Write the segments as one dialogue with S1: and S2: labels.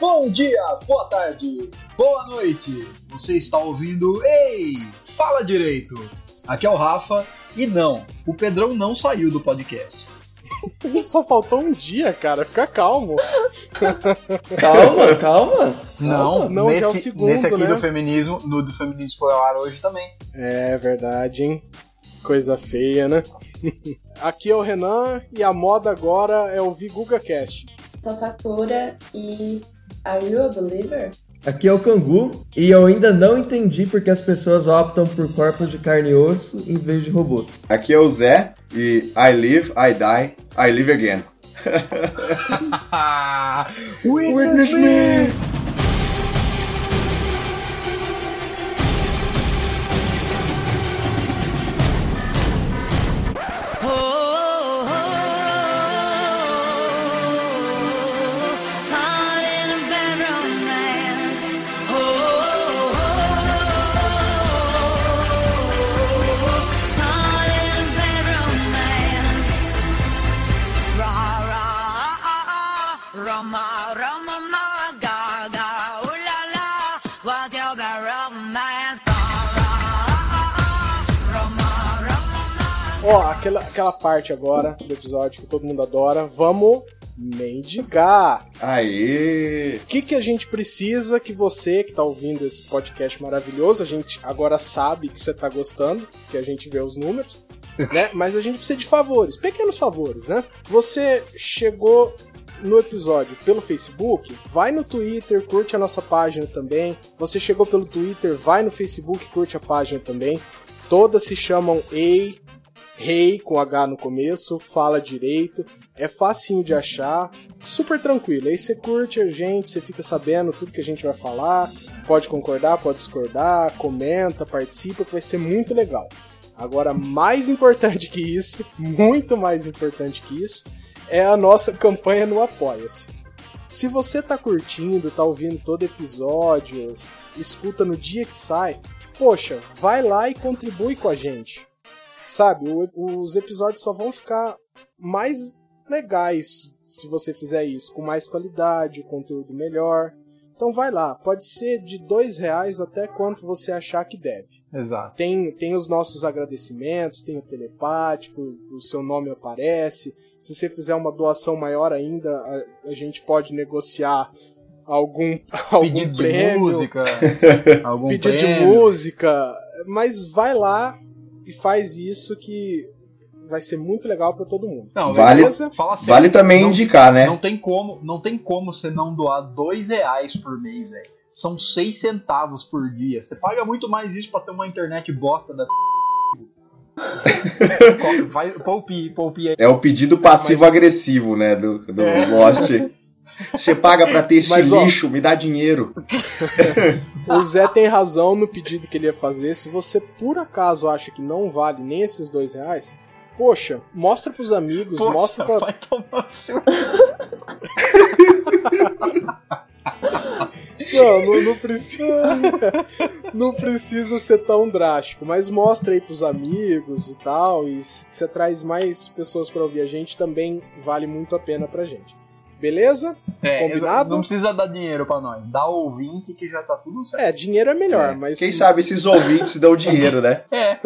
S1: Bom dia, boa tarde, boa noite. Você está ouvindo Ei, fala direito. Aqui é o Rafa e não, o Pedrão não saiu do podcast.
S2: Ele só faltou um dia, cara. Fica calmo.
S3: Calma, calma.
S1: Não,
S2: não, já é o
S1: nesse,
S2: segundo,
S1: nesse aqui
S2: né?
S1: do feminismo, no do feminismo foi ao ar hoje também.
S2: É verdade, hein? Coisa feia, né? Aqui é o Renan e a moda agora é ouvir GugaCast.
S4: Sou Sakura e Are You a Believer?
S3: Aqui é o Cangu e eu ainda não entendi porque as pessoas optam por corpos de carne e osso em vez de robôs.
S5: Aqui é o Zé e I live, I die, I live again.
S1: Ah! Witness me!
S2: Ó, aquela, aquela parte agora do episódio que todo mundo adora. Vamos mendigar.
S5: Aê!
S2: O que, que a gente precisa que você que tá ouvindo esse podcast maravilhoso, a gente agora sabe que você tá gostando, que a gente vê os números, né? Mas a gente precisa de favores, pequenos favores, né? Você chegou no episódio pelo Facebook, vai no Twitter, curte a nossa página também. Você chegou pelo Twitter, vai no Facebook, curte a página também. Todas se chamam Ei, Rei com H no começo, fala direito. É facinho de achar, super tranquilo. Aí você curte a gente, você fica sabendo tudo que a gente vai falar, pode concordar, pode discordar, comenta, participa, que vai ser muito legal. Agora, mais importante que isso, muito mais importante que isso, é a nossa campanha no Apoia-se. Se você tá curtindo, tá ouvindo todo episódio, escuta no dia que sai, poxa, vai lá e contribui com a gente. Sabe, o- os episódios só vão ficar mais legais se você fizer isso, com mais qualidade, um conteúdo melhor. Então vai lá, pode ser de dois reais até quanto você achar que deve.
S1: Exato.
S2: Tem, tem os nossos agradecimentos, tem o telepático, o seu nome aparece. Se você fizer uma doação maior ainda, a, a gente pode negociar algum, algum
S1: Pedido de
S2: prêmio
S1: música, algum
S2: pedido de
S1: prêmio.
S2: música, mas vai lá e faz isso que vai ser muito legal pra todo mundo.
S1: Não,
S5: Vale-
S1: beleza? Fala sério,
S5: Vale também
S1: não-
S5: indicar,
S2: É.
S5: né?
S1: Não tem como, não tem como você não doar dois reais por mês, velho. São seis centavos por dia. Você paga muito mais isso pra ter uma internet bosta da. p****. Vai, poupi, poupi aí.
S5: É o pedido passivo-agressivo, né? Do, do Lost. Você paga pra ter esse
S2: Mas, ó,
S5: lixo, me dá dinheiro.
S2: O Zé tem razão no pedido que ele ia fazer. Se você por acaso acha que não vale nem esses dois reais, poxa, mostra pros amigos,
S1: Poxa,
S2: mostra pra.
S1: vai tomar no seu.
S2: Não, não, não precisa. não precisa ser tão drástico, mas mostra aí pros amigos e tal. E se você traz mais pessoas pra ouvir a gente, também vale muito a pena pra gente. Beleza?
S1: É,
S2: Combinado?
S1: Não precisa dar dinheiro pra nós. Dá ouvinte que já tá tudo certo.
S2: É, dinheiro é melhor,
S5: É,
S2: mas.
S5: Quem sabe esses ouvintes dão dinheiro, né?
S1: É,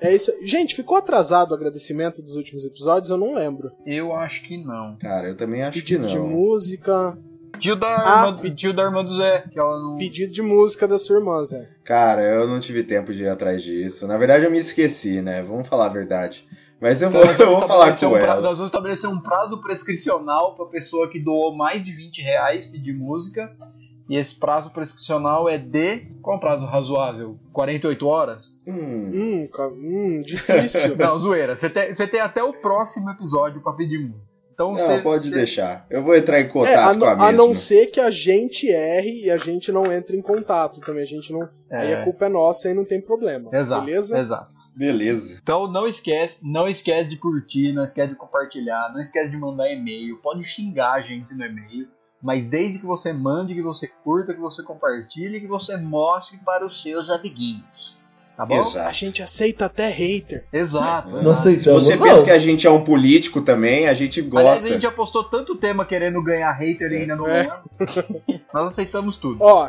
S2: É isso. Gente, ficou atrasado o agradecimento dos últimos episódios? Eu não lembro.
S1: eu acho que não.
S5: Cara, eu também acho que
S2: Pedido de
S5: não.
S2: música.
S1: Tio da,
S2: Ah,
S1: irmã, tio da irmã do Zé, que ela não.
S2: Pedido de música da sua irmã, Zé.
S5: Cara, eu não tive tempo de ir atrás disso. Na verdade, eu me esqueci, né? Vamos falar a verdade. Mas eu vou,
S1: nós
S5: Então, eu
S1: vamos
S5: vou falar
S1: estabelecer
S5: com
S1: um pra-
S5: ela.
S1: Nós vamos estabelecer um prazo prescricional para pessoa que doou mais de 20 reais pedir música. E esse prazo prescricional é de. Qual é um prazo razoável? 48 horas?
S5: Hum,
S2: Hum, ca- hum difícil.
S1: Não, zoeira. Você tem, você tem até o próximo episódio para pedir música. Então
S5: não,
S1: você.
S5: Ah, pode
S1: você-
S5: deixar. Eu vou entrar
S2: É,
S5: em
S2: a,
S5: contato
S2: não,
S5: com a mesma.
S2: a não ser que a gente erre e a gente não entre em contato também. A gente não. Aí a
S1: É,
S2: culpa é nossa e não tem problema.
S1: exato.
S2: Beleza?
S1: Exato.
S5: Beleza.
S1: Então não esquece, não esquece de curtir, não esquece de compartilhar, não esquece de mandar e-mail, pode xingar a gente no e-mail, mas desde que você mande, que você curta, que você compartilhe, que você mostre para os seus amiguinhos. Tá bom?
S2: A
S5: Exato.
S2: gente aceita até hater.
S1: Exato.
S5: Não
S1: exato.
S3: Não então,
S2: Então,
S5: Se
S3: aceitamos.
S5: você
S3: não.
S5: pensa que a gente é um político também, a gente gosta.
S1: Aliás, a gente é já postou tanto tema querendo ganhar hater e ainda não
S2: É.
S1: ganhamos. Nós aceitamos tudo.
S2: Ó,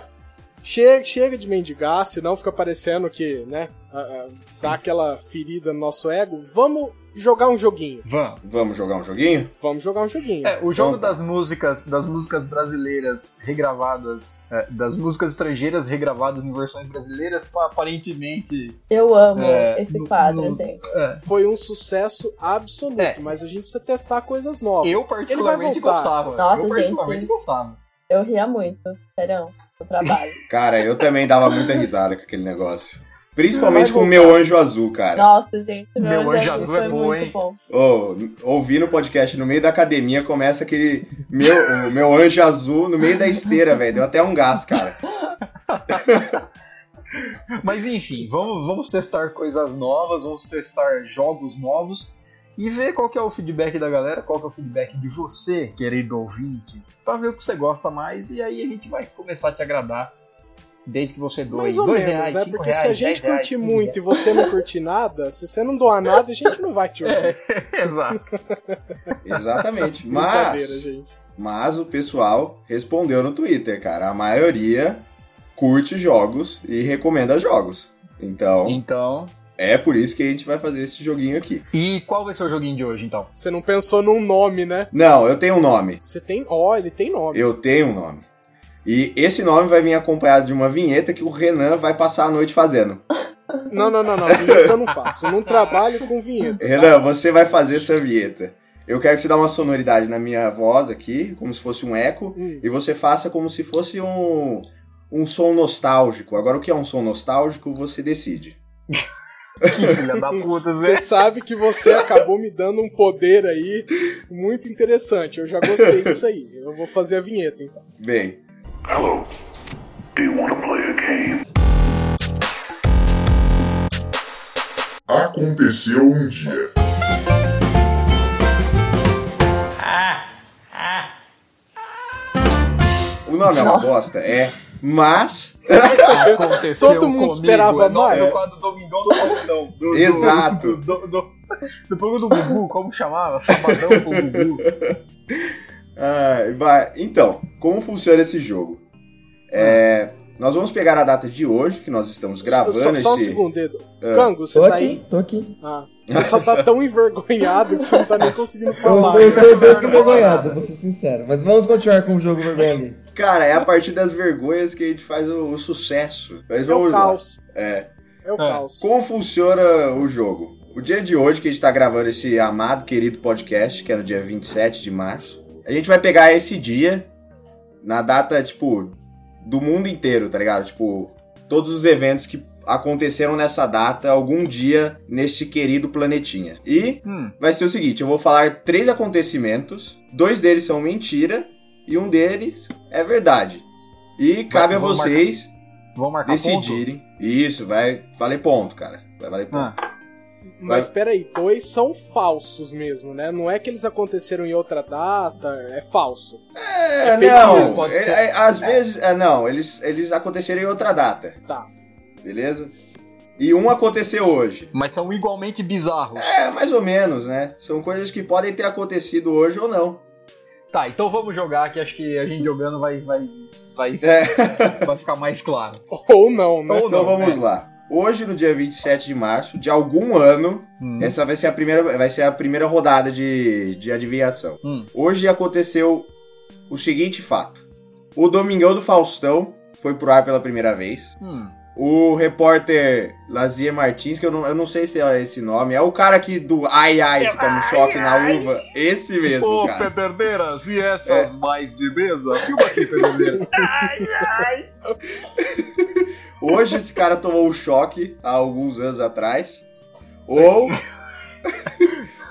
S2: chega, chega de mendigar, senão fica parecendo que, né, a- a- dá aquela ferida no nosso ego. Vamos jogar um joguinho.
S1: Vamos.
S5: Vamos jogar um joguinho?
S2: Vamos jogar um joguinho.
S1: É, o jogo
S5: Então tá.
S1: das músicas, das músicas brasileiras regravadas, é, das músicas estrangeiras regravadas em versões brasileiras, pa- aparentemente.
S4: Eu amo
S1: É,
S4: esse
S1: no-
S4: quadro,
S1: no-
S4: gente.
S1: é.
S2: Foi um sucesso absoluto,
S1: É.
S2: mas a gente precisa testar coisas novas.
S1: Eu
S2: Ele
S1: particularmente
S2: vai voltar.
S1: gostava.
S4: Nossa,
S1: eu
S4: gente,
S1: particularmente
S4: sim.
S1: gostava.
S4: Eu ria muito, serão, do trabalho.
S5: Cara, eu também dava muita risada com aquele negócio. Principalmente
S2: Vai
S5: com o meu anjo azul, cara.
S4: Nossa, gente, meu,
S1: Meu anjo azul é
S4: foi
S1: bom,
S4: muito
S1: hein?
S4: bom.
S5: Ô, ouvindo o podcast no meio da academia, começa aquele meu, o meu anjo azul no meio da esteira, velho. Deu até um gás, cara.
S1: Mas enfim, vamos, vamos testar coisas novas, vamos testar jogos novos e ver qual que é o feedback da galera, qual que é o feedback de você, querido ouvinte, pra ver o que você gosta mais e aí a gente vai começar a te agradar. Desde que você doe
S2: Mais ou
S1: dois
S2: menos,
S1: reais,
S2: né?
S1: cinco
S2: Porque
S1: reais,
S2: se a gente
S1: 10 reais,
S2: curtir
S1: 15
S2: muito e você não curtir nada, se você não doar nada, a gente não vai te ouvir.
S1: reais. Exato.
S5: Exatamente.
S2: Brincadeira,
S5: Mas,
S2: gente.
S5: mas o pessoal respondeu no Twitter, cara. A maioria curte jogos e recomenda jogos. Então,
S1: Então,
S5: é por isso que a gente vai fazer esse joguinho aqui.
S1: e qual vai ser o joguinho de hoje então?
S2: Você não pensou num nome, né?
S5: Não, eu tenho um nome.
S2: Você tem. Ó, ele tem nome.
S5: Eu tenho um nome. E esse nome vai vir acompanhado de uma vinheta que o Renan vai passar a noite fazendo.
S2: Não, não, não, não. Vinheta eu não faço. Eu não trabalho com vinheta. tá?
S5: Renan, você vai fazer essa vinheta. Eu quero que você dá uma sonoridade na minha voz aqui, como se fosse um eco,
S2: Hum.
S5: e você faça como se fosse um, um som nostálgico. Agora, o que é um som nostálgico, você decide.
S1: Que filha da puta, Zé.
S2: Você sabe que você acabou me dando um poder aí muito interessante. Eu já gostei disso aí. Eu vou fazer a vinheta, então.
S5: Bem,
S6: Hello. Do you want to play a game?
S7: Aconteceu um dia.
S5: o nome é uma
S4: Nossa.
S5: bosta, é, mas...
S1: Aconteceu
S2: tá- Todo mundo
S1: comigo,
S2: esperava
S1: é no-
S2: mais.
S1: No quadro do Domingão do Faustão. Do- do-
S5: Exato.
S1: Do, do, do- do programa do Gugu, como chamava? Sabadão com o Gugu.
S5: Ai, vai. Então, como funciona esse jogo? É, nós vamos pegar a data de hoje, que nós estamos gravando
S2: só, só um
S5: esse...
S2: segundo, Edu.
S1: Ah.
S2: Cango, você
S3: Tô
S2: tá
S3: aqui,
S2: aí?
S3: tô aqui.
S2: Ah, você só tá tão envergonhado que você não tá nem conseguindo
S3: Eu
S2: falar.
S3: estou, eu estou bem que vergonhado, vou ser sincero. Mas vamos continuar com o jogo vergonha.
S5: Cara, é a partir das vergonhas que a gente faz o, o sucesso. Mas
S7: um
S2: É o
S5: vamos lá.
S2: caos.
S5: É.
S2: É o caos.
S5: Como funciona o jogo? O dia de hoje, que a gente tá gravando esse amado, querido podcast, que é no dia 27 de março, a gente vai pegar esse dia na data, tipo, do mundo inteiro, tá ligado? Tipo, todos os eventos que aconteceram nessa data, algum dia, neste querido planetinha. E
S1: Hum,
S5: vai ser o seguinte: eu vou falar três acontecimentos, dois deles são mentira e um deles é verdade. E cabe a
S1: vamos
S5: vocês
S1: vamos marcar ponto?
S5: decidirem. Isso, vai valer ponto, cara. Vai valer ponto.
S1: Ah,
S2: Mas peraí, dois são falsos mesmo, né? Não é que eles aconteceram em outra data, é falso.
S5: é,
S2: é fake
S5: não.
S2: news, pode
S5: é-
S2: ser.
S5: é- às vezes, é, não, eles, eles aconteceram em outra data.
S2: Tá.
S5: Beleza? E um aconteceu hoje.
S1: mas são igualmente bizarros.
S5: É, mais ou menos, né? São coisas que podem ter acontecido hoje ou não.
S1: Tá, então vamos jogar, que acho que a gente jogando vai, vai, vai,
S5: É.
S1: vai ficar mais claro.
S2: Ou não, né?
S1: Ou
S5: Então
S1: não,
S5: vamos
S1: né?
S5: lá. Hoje, no dia 27 de março de algum ano,
S1: Hum,
S5: Essa vai ser a primeira, vai ser a primeira rodada de, de adivinhação.
S1: Hum.
S5: Hoje aconteceu o seguinte fato: o Domingão do Faustão foi pro ar pela primeira vez.
S1: hum.
S5: O repórter Lazier Martins, que eu não, eu não sei se é esse nome, é o cara que do ai ai que toma um choque na uva. Esse mesmo,
S1: Ô,
S5: cara.
S1: Pederneiras, e
S5: É.
S1: essas mais de mesa? Filma aqui, Pederneiras.
S5: Hoje esse cara tomou um choque há alguns anos atrás. Ou.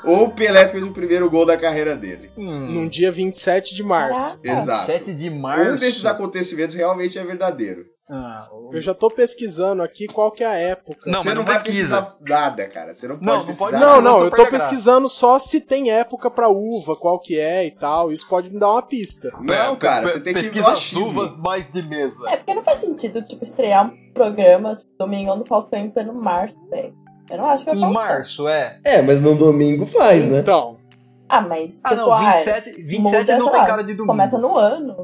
S5: ou o Pelé fez o primeiro gol da carreira dele.
S1: Hum,
S2: Num dia 27 de março.
S4: Caraca.
S5: Exato.
S1: 7 de março.
S5: Um desses acontecimentos Um realmente é verdadeiro.
S1: Ah, o-
S2: Eu já tô pesquisando aqui qual que é a época.
S5: Você
S7: Não, mas não
S5: vai
S7: pesquisa.
S5: pesquisar nada, cara. Você não pode
S7: Não, não
S5: pesquisar.
S7: pode-
S2: Não,
S1: não,
S2: não,
S1: só
S2: eu tô
S1: perde a graça.
S2: pesquisando só se tem época pra uva, qual que é e tal. Isso pode me dar uma pista.
S5: Não,
S7: Pe-
S5: cara,
S7: pe-
S5: você tem que ir
S7: pesquisa
S5: no
S7: as
S5: achismo.
S7: uvas mais de mesa.
S4: É porque não faz sentido, tipo, estrear um programa, tipo, Domingão do Faustão em pleno março, velho. Eu não acho que é o
S1: Em
S4: Faustão.
S1: março, é.
S3: É, mas no domingo faz,
S7: é.
S3: né?
S2: Então,
S4: Ah, mas,
S7: Ah,
S4: tipo,
S7: não,
S4: ah,
S7: 27, 27
S4: muda,
S7: não
S4: sei
S7: tem
S4: lá,
S7: cara de domingo.
S4: começa no ano,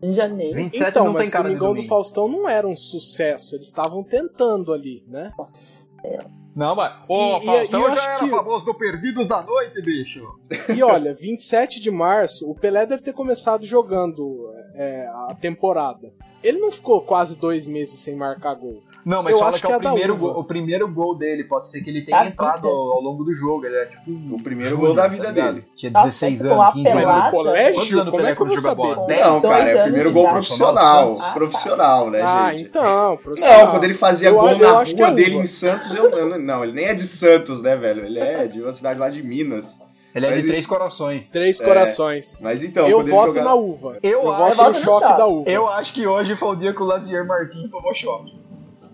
S4: em janeiro.
S7: 27
S2: então
S7: não
S2: mas
S7: tem cara de
S2: Domingão
S7: domingo.
S2: do Faustão não era um sucesso. Eles estavam tentando ali, né?
S4: Nossa. é um
S7: Não, mas. Ô,
S2: E- e- e
S7: Faustão
S2: eu acho
S7: já era
S2: que-
S7: famoso do Perdidos da Noite, bicho.
S2: E olha, 27 de março, o Pelé deve ter começado jogando é, a temporada. Ele não ficou quase dois meses sem marcar gol.
S1: Não, mas
S2: Eu
S1: fala
S2: acho
S1: que é
S2: que
S1: o
S2: é da
S1: primeiro,
S2: uva.
S1: gol, o primeiro gol dele. Pode ser que ele tenha
S4: Da
S1: entrado
S4: vida.
S1: ao, ao longo do jogo. Ele é tipo. um
S5: O primeiro
S1: júnior,
S5: gol da
S1: tá
S5: vida
S1: ligado?
S5: dele.
S1: Tinha
S4: Nossa,
S1: 16
S4: tipo,
S1: anos,
S4: uma
S1: 15
S2: Mas no
S1: anos. Quantos
S4: pelada.
S2: colégio?
S1: anos o
S2: Como
S1: Pelé
S2: é que eu vou
S1: quando joga
S2: saber?
S1: bola?
S5: Não,
S4: Dois
S5: cara, é o
S4: anos
S5: primeiro
S4: de
S5: gol
S4: idade.
S5: profissional.
S4: Ah, tá.
S5: Profissional, né,
S2: ah,
S5: gente?
S2: então,
S5: Não, quando ele fazia
S2: Eu-
S5: gol
S2: eu
S5: na
S2: acho que é
S5: rua dele
S2: uva.
S5: em Santos, eu, eu não- não, ele nem é de Santos, né, velho? Ele é de uma cidade lá de Minas.
S1: Ele é
S5: Mas
S1: de
S5: e-
S1: três corações.
S2: Três corações.
S5: Mas então,
S2: eu
S5: É. quando
S2: voto
S5: ele jogava-
S2: na uva.
S1: Eu
S2: voto
S1: acho- é
S2: no
S4: Eu voto no
S2: choque
S4: choque.
S2: da uva.
S1: Eu acho que hoje foi o dia que o Lazier Martins tomou choque.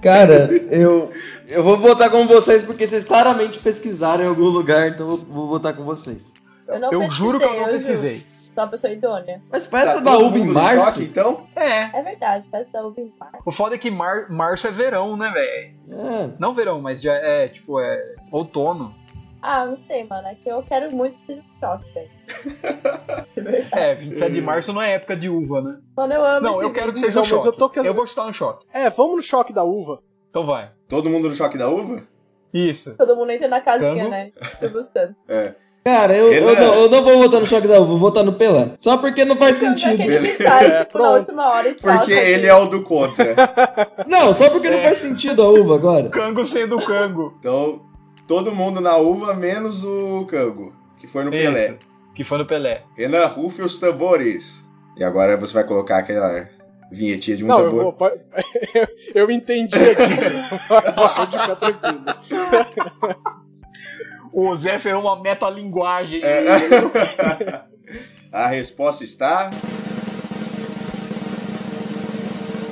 S3: Cara, eu, eu vou votar com vocês porque vocês claramente pesquisaram em algum lugar, então eu vou votar com vocês.
S4: Eu, não
S1: Eu
S4: pesquisei,
S1: juro que eu não
S4: juro.
S1: pesquisei.
S4: Sou uma pessoa idônea.
S3: Mas festa
S5: Tá
S3: da
S5: todo
S3: uva em
S5: mundo no
S3: março?
S5: choque, então?
S1: É.
S4: É verdade, faz da uva em março.
S1: O foda é que mar- março é verão, né, velho?
S3: É.
S1: Não verão, mas já é, tipo, é outono.
S4: Ah, não sei, mano, é que eu quero muito que seja um choque, velho. De verdade.
S1: É, 27 de março não é época de uva, né?
S4: Mano, eu amo
S1: Não,
S4: esse
S1: eu quero que
S4: vídeo.
S1: seja um
S2: Então, mas
S1: choque.
S2: eu
S1: Eu,
S2: tô querendo-
S1: vou chutar no choque.
S2: É, vamos no choque da uva.
S1: Então vai.
S5: Todo mundo no choque da uva?
S1: Isso.
S4: Todo mundo entra na casinha,
S1: Cango.
S4: né? Tô gostando.
S5: É.
S3: Cara, eu, eu,
S5: Renan.
S3: não, eu não vou votar no choque da uva, vou votar no Pelé. Só porque não faz
S4: Então, já que
S3: sentido.
S4: ele me sai,
S2: É,
S4: tipo, na
S2: pronto.
S4: última hora e tal. tá
S2: tá
S5: Porque ele é o do contra.
S3: Não, só porque não
S1: É.
S3: faz sentido a uva agora.
S1: Cango sendo cango.
S5: Então, todo mundo na uva, menos o Cango, que foi no Pelé.
S1: Isso. Que foi no Pelé.
S5: Renan, rufe os tambores. E agora você vai colocar aquela vinhetinha de um
S2: não, eu
S5: tambor.
S2: vou. pode- eu entendi aqui. Pode ficar tranquilo.
S1: O Zé ferrou uma metalinguagem.
S5: É. A resposta está.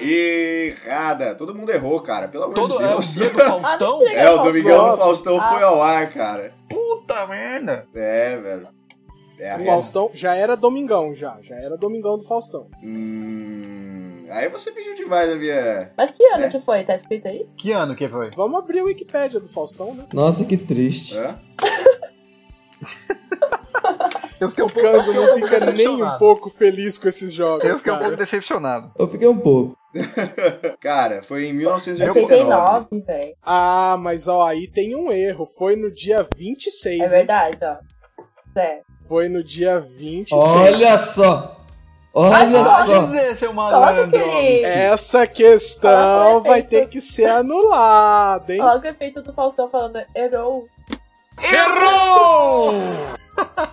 S5: Errada. Todo mundo errou, cara. Pelo amor
S1: Todo
S5: de
S1: é o
S5: Deus.
S1: dia do Faustão?
S4: Ah, não
S5: É, o
S4: Faustão.
S5: Domingão do
S2: Nossa.
S5: Faustão
S4: Ah.
S5: foi ao ar, cara.
S1: Puta merda.
S5: É, velho. É a
S2: O
S5: reta.
S2: Faustão já era Domingão, já. Já era Domingão do Faustão.
S5: Hum, aí você pediu demais a minha.
S4: Mas que ano
S5: É.
S4: que foi? Tá escrito aí?
S1: Que ano que foi?
S2: Vamos abrir a Wikipédia do Faustão, né?
S3: Nossa, que triste.
S5: Hã?
S1: Eu fiquei um pouco, eu
S2: Cango
S1: fiquei um
S2: não
S1: pouco
S2: fica nem um
S1: decepcionado.
S2: pouco feliz com esses jogos.
S1: Eu fiquei um
S2: cara.
S1: pouco decepcionado.
S3: Eu fiquei um pouco.
S5: Cara, foi em 1989.
S4: 89, velho.
S2: Ah, mas ó, aí tem um erro. Foi no dia 26.
S4: É
S2: hein?
S4: verdade, ó. Zé.
S2: Foi no dia 26.
S3: Olha só! Olha
S4: Olha
S1: Pode
S3: só!
S1: dizer, seu
S4: Coloca
S1: malandro.
S4: aquele.
S2: Essa
S4: Fala
S2: questão
S4: com
S2: vai
S4: efeito.
S2: ter que ser anulada, hein?
S4: Coloca o efeito do Faustão falando errou.
S1: Errou!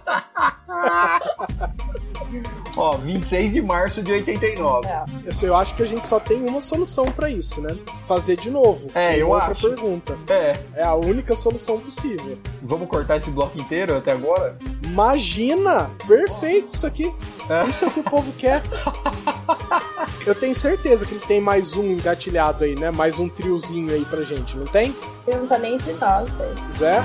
S1: Ó, 26 de março de 89.
S4: É, ó.
S2: Assim, Eu acho que a gente só tem uma solução pra isso, né? Fazer de novo.
S1: É,
S2: Tem
S1: eu
S2: outra
S1: acho.
S2: pergunta.
S1: É,
S2: É a única solução possível.
S1: vamos cortar esse bloco inteiro até agora?
S2: Imagina! Perfeito isso aqui.
S1: É.
S2: Isso é o que o povo quer. Eu tenho certeza que ele tem mais um engatilhado aí, né? Mais um triozinho aí pra gente, não tem?
S4: Ele não tá nem entre nós, velho.
S2: Zé?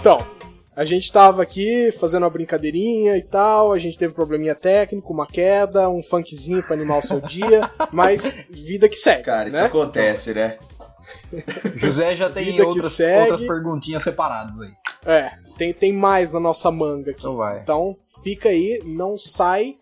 S2: Então, a gente tava aqui fazendo uma brincadeirinha e tal, a gente teve um probleminha técnico, uma queda, um funkzinho pra animar o seu dia, mas vida que segue,
S5: Cara, isso
S1: é
S2: né?
S5: acontece, né?
S1: José já tem
S2: Vida que
S1: outras,
S2: segue.
S1: outras perguntinhas separadas aí.
S2: É, tem, tem mais na nossa manga aqui.
S1: Então vai.
S2: Então, fica aí, não sai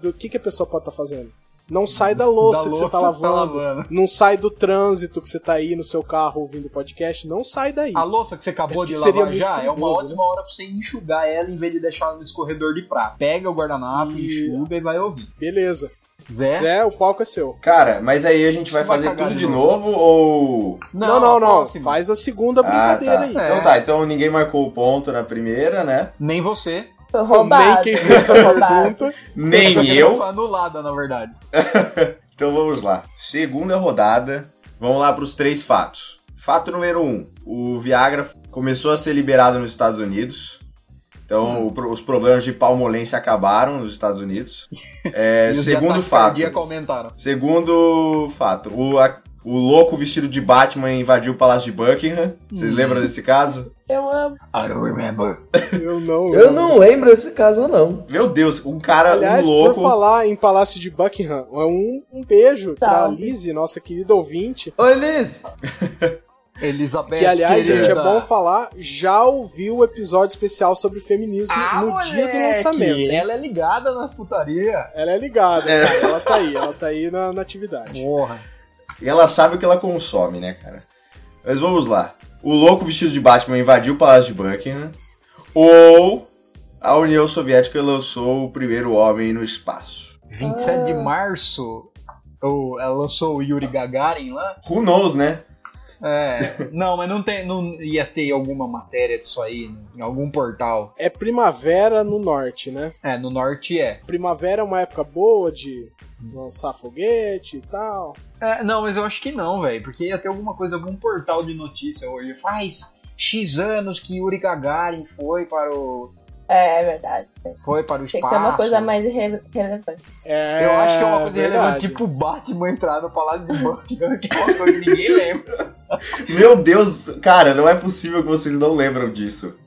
S2: do que, que a pessoa pode estar fazendo. Não sai da louça,
S1: Da
S2: que
S1: louça
S2: você tá lavando.
S1: lavando.
S2: Não sai do trânsito que você tá aí no seu carro ouvindo podcast. Não sai daí.
S1: A louça que você acabou
S2: É que
S1: de
S2: seria
S1: lavar
S2: muito
S1: já é uma
S2: perigoso, né?
S1: ótima hora pra você enxugar ela em vez de deixar ela no escorredor de prato. Pega o guardanapo,
S2: E-
S1: enxuga e vai ouvir.
S2: Beleza.
S1: Zé?
S2: Zé, o palco é seu.
S5: Cara, mas aí a gente vai
S1: Vai
S5: fazer
S1: cagar
S5: tudo
S1: de
S5: de novo ou.
S2: Não, não,
S1: a
S2: não.
S1: próxima.
S2: Faz a segunda
S5: Ah,
S2: brincadeira
S5: tá.
S2: aí.
S1: É.
S5: Então tá, então ninguém marcou o ponto na primeira, né?
S1: Nem você.
S4: Foi
S2: Também
S4: É, roubado.
S2: quem fez a
S4: roubado.
S2: pergunta.
S5: Nem
S1: Essa questão
S5: eu.
S1: Foi anulada, na verdade.
S5: Então vamos lá. Segunda rodada. Vamos lá para os três fatos. Fato número um: o Viagra começou a ser liberado nos Estados Unidos.
S1: Hum.
S5: Então o pro- os problemas de palmolência acabaram nos Estados Unidos. É,
S1: E os de
S5: segundo
S1: ataque
S5: fato.
S1: cardíaco aumentaram.
S5: Segundo fato, o, a- o louco vestido de Batman invadiu o Palácio de Buckingham.
S1: Hum.
S5: Vocês lembram desse caso?
S4: Eu amo.
S1: I don't remember.
S2: Eu não.
S3: Eu não lembro esse caso, não.
S5: Meu Deus, um cara,
S2: Aliás,
S5: um
S2: por
S5: louco.
S2: falar em Palácio de Buckingham, é um, um beijo pra
S4: Salve.
S2: Lizzie, nossa querida ouvinte,
S3: Oi, Liz!
S1: Elizabeth,
S2: que aliás,
S1: querida.
S2: gente, é bom falar, já ouviu o episódio especial sobre feminismo
S1: Ah,
S2: no dia do
S1: moleque,
S2: lançamento. hein?
S1: Ela é ligada na putaria.
S2: Ela é ligada,
S5: É.
S2: cara, ela tá aí, ela tá aí na, na atividade.
S1: Porra.
S5: E ela sabe o que ela consome, né, cara? Mas vamos lá. O louco vestido de Batman invadiu o Palácio de Buckingham. Ou a União Soviética lançou o primeiro homem no espaço.
S1: 27
S5: Ah.
S1: de março, o- ela lançou o Yuri Gagarin lá.
S5: Who knows, né?
S1: É, não, mas não tem. Não ia ter alguma matéria disso aí, né? em algum portal.
S2: É primavera no norte, né?
S1: É, no norte é.
S2: Primavera é uma época boa de lançar foguete e tal.
S1: É, não, mas eu acho que não, velho. Porque ia ter alguma coisa, algum portal de notícia hoje. Faz X anos que Yuri Gagarin foi para o.
S4: É, é verdade.
S1: Foi para o espaço.
S4: Tem que ser uma coisa mais re- relevante.
S2: É,
S1: Eu acho que é uma coisa
S2: verdade.
S1: relevante, tipo Batman entrar no Palácio de Buckingham, que é uma coisa que ninguém lembra.
S5: Meu Deus, cara, não é possível que vocês não lembram disso.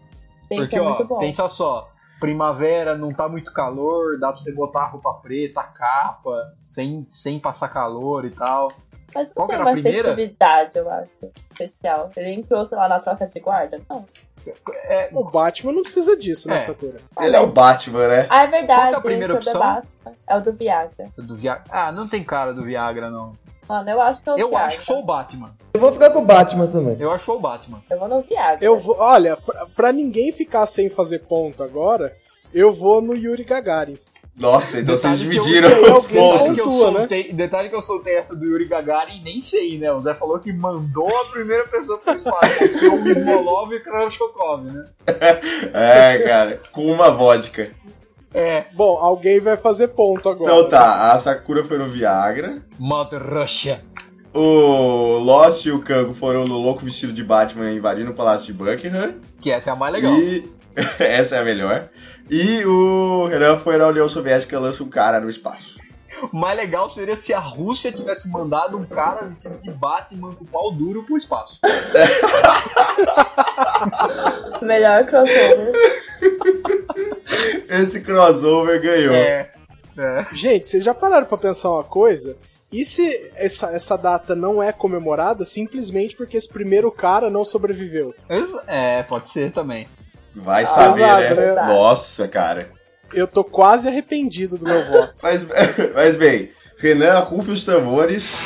S4: Tem que
S1: Porque,
S4: ser muito
S1: ó,
S4: bom.
S1: pensa só, primavera, não tá muito calor, dá pra você botar a roupa preta, a capa, sem, sem passar calor e tal.
S4: Mas não
S1: Qual que
S4: tem
S1: era a
S4: uma
S1: primeira?
S4: festividade, eu acho, especial. Ele entrou, sei lá, na troca de guarda? Não.
S1: É,
S2: O Batman não precisa disso, né,
S1: É.
S2: Sakura?
S5: Ele é o Batman, né?
S4: Ah, é verdade.
S1: Qual que é a primeira
S4: ele entrou
S1: opção?
S4: bebaço. É o do Viagra.
S1: do Viagra. Ah, não tem cara do Viagra, não.
S4: Mano, eu acho que é o
S1: Eu
S4: Viagra.
S1: acho que foi o Batman.
S3: Eu vou ficar com o Batman também.
S1: Eu acho que foi o Batman.
S4: Eu vou no Viagra.
S2: Eu vou, olha, pra, pra ninguém ficar sem fazer ponto agora, eu vou no Yuri Gagarin.
S5: Nossa, então vocês
S1: Detalhe que eu-
S5: dividiram
S2: eu-
S5: os
S2: eu-
S5: pontos.
S1: Detalhe que, eu
S2: pontua, né?
S1: soltei, detalhe que eu soltei essa do Yuri Gagarin, nem sei, né? O Zé falou que mandou a primeira pessoa pro espaço. Pode ser o Smolov e o Krashkokov, né?
S5: É, cara, com uma vodka.
S1: É,
S2: Bom, alguém vai fazer ponto agora.
S5: Então tá, a Sakura foi no Viagra.
S1: Mother Russia.
S5: O Lost e o Kango foram no louco vestido de Batman invadindo o Palácio de Buckingham.
S1: Que essa é a mais legal.
S5: E essa é a melhor. E o Renan foi na União Soviética e lança um cara no espaço.
S1: mais legal seria se a Rússia tivesse mandado um cara vestido de Batman com pau duro pro espaço.
S4: Melhor crossover.
S5: Esse crossover ganhou.
S1: É.
S2: Gente, vocês já pararam pra pensar uma coisa? E se essa, essa data não é comemorada simplesmente porque esse primeiro cara não sobreviveu?
S1: Isso- É, pode ser também.
S5: Vai
S4: Ah,
S5: saber,
S2: exato,
S5: né?
S4: né?
S5: Nossa, cara.
S2: Eu tô quase arrependido do meu voto.
S5: Mas, mas bem, Renan, rufe os tambores.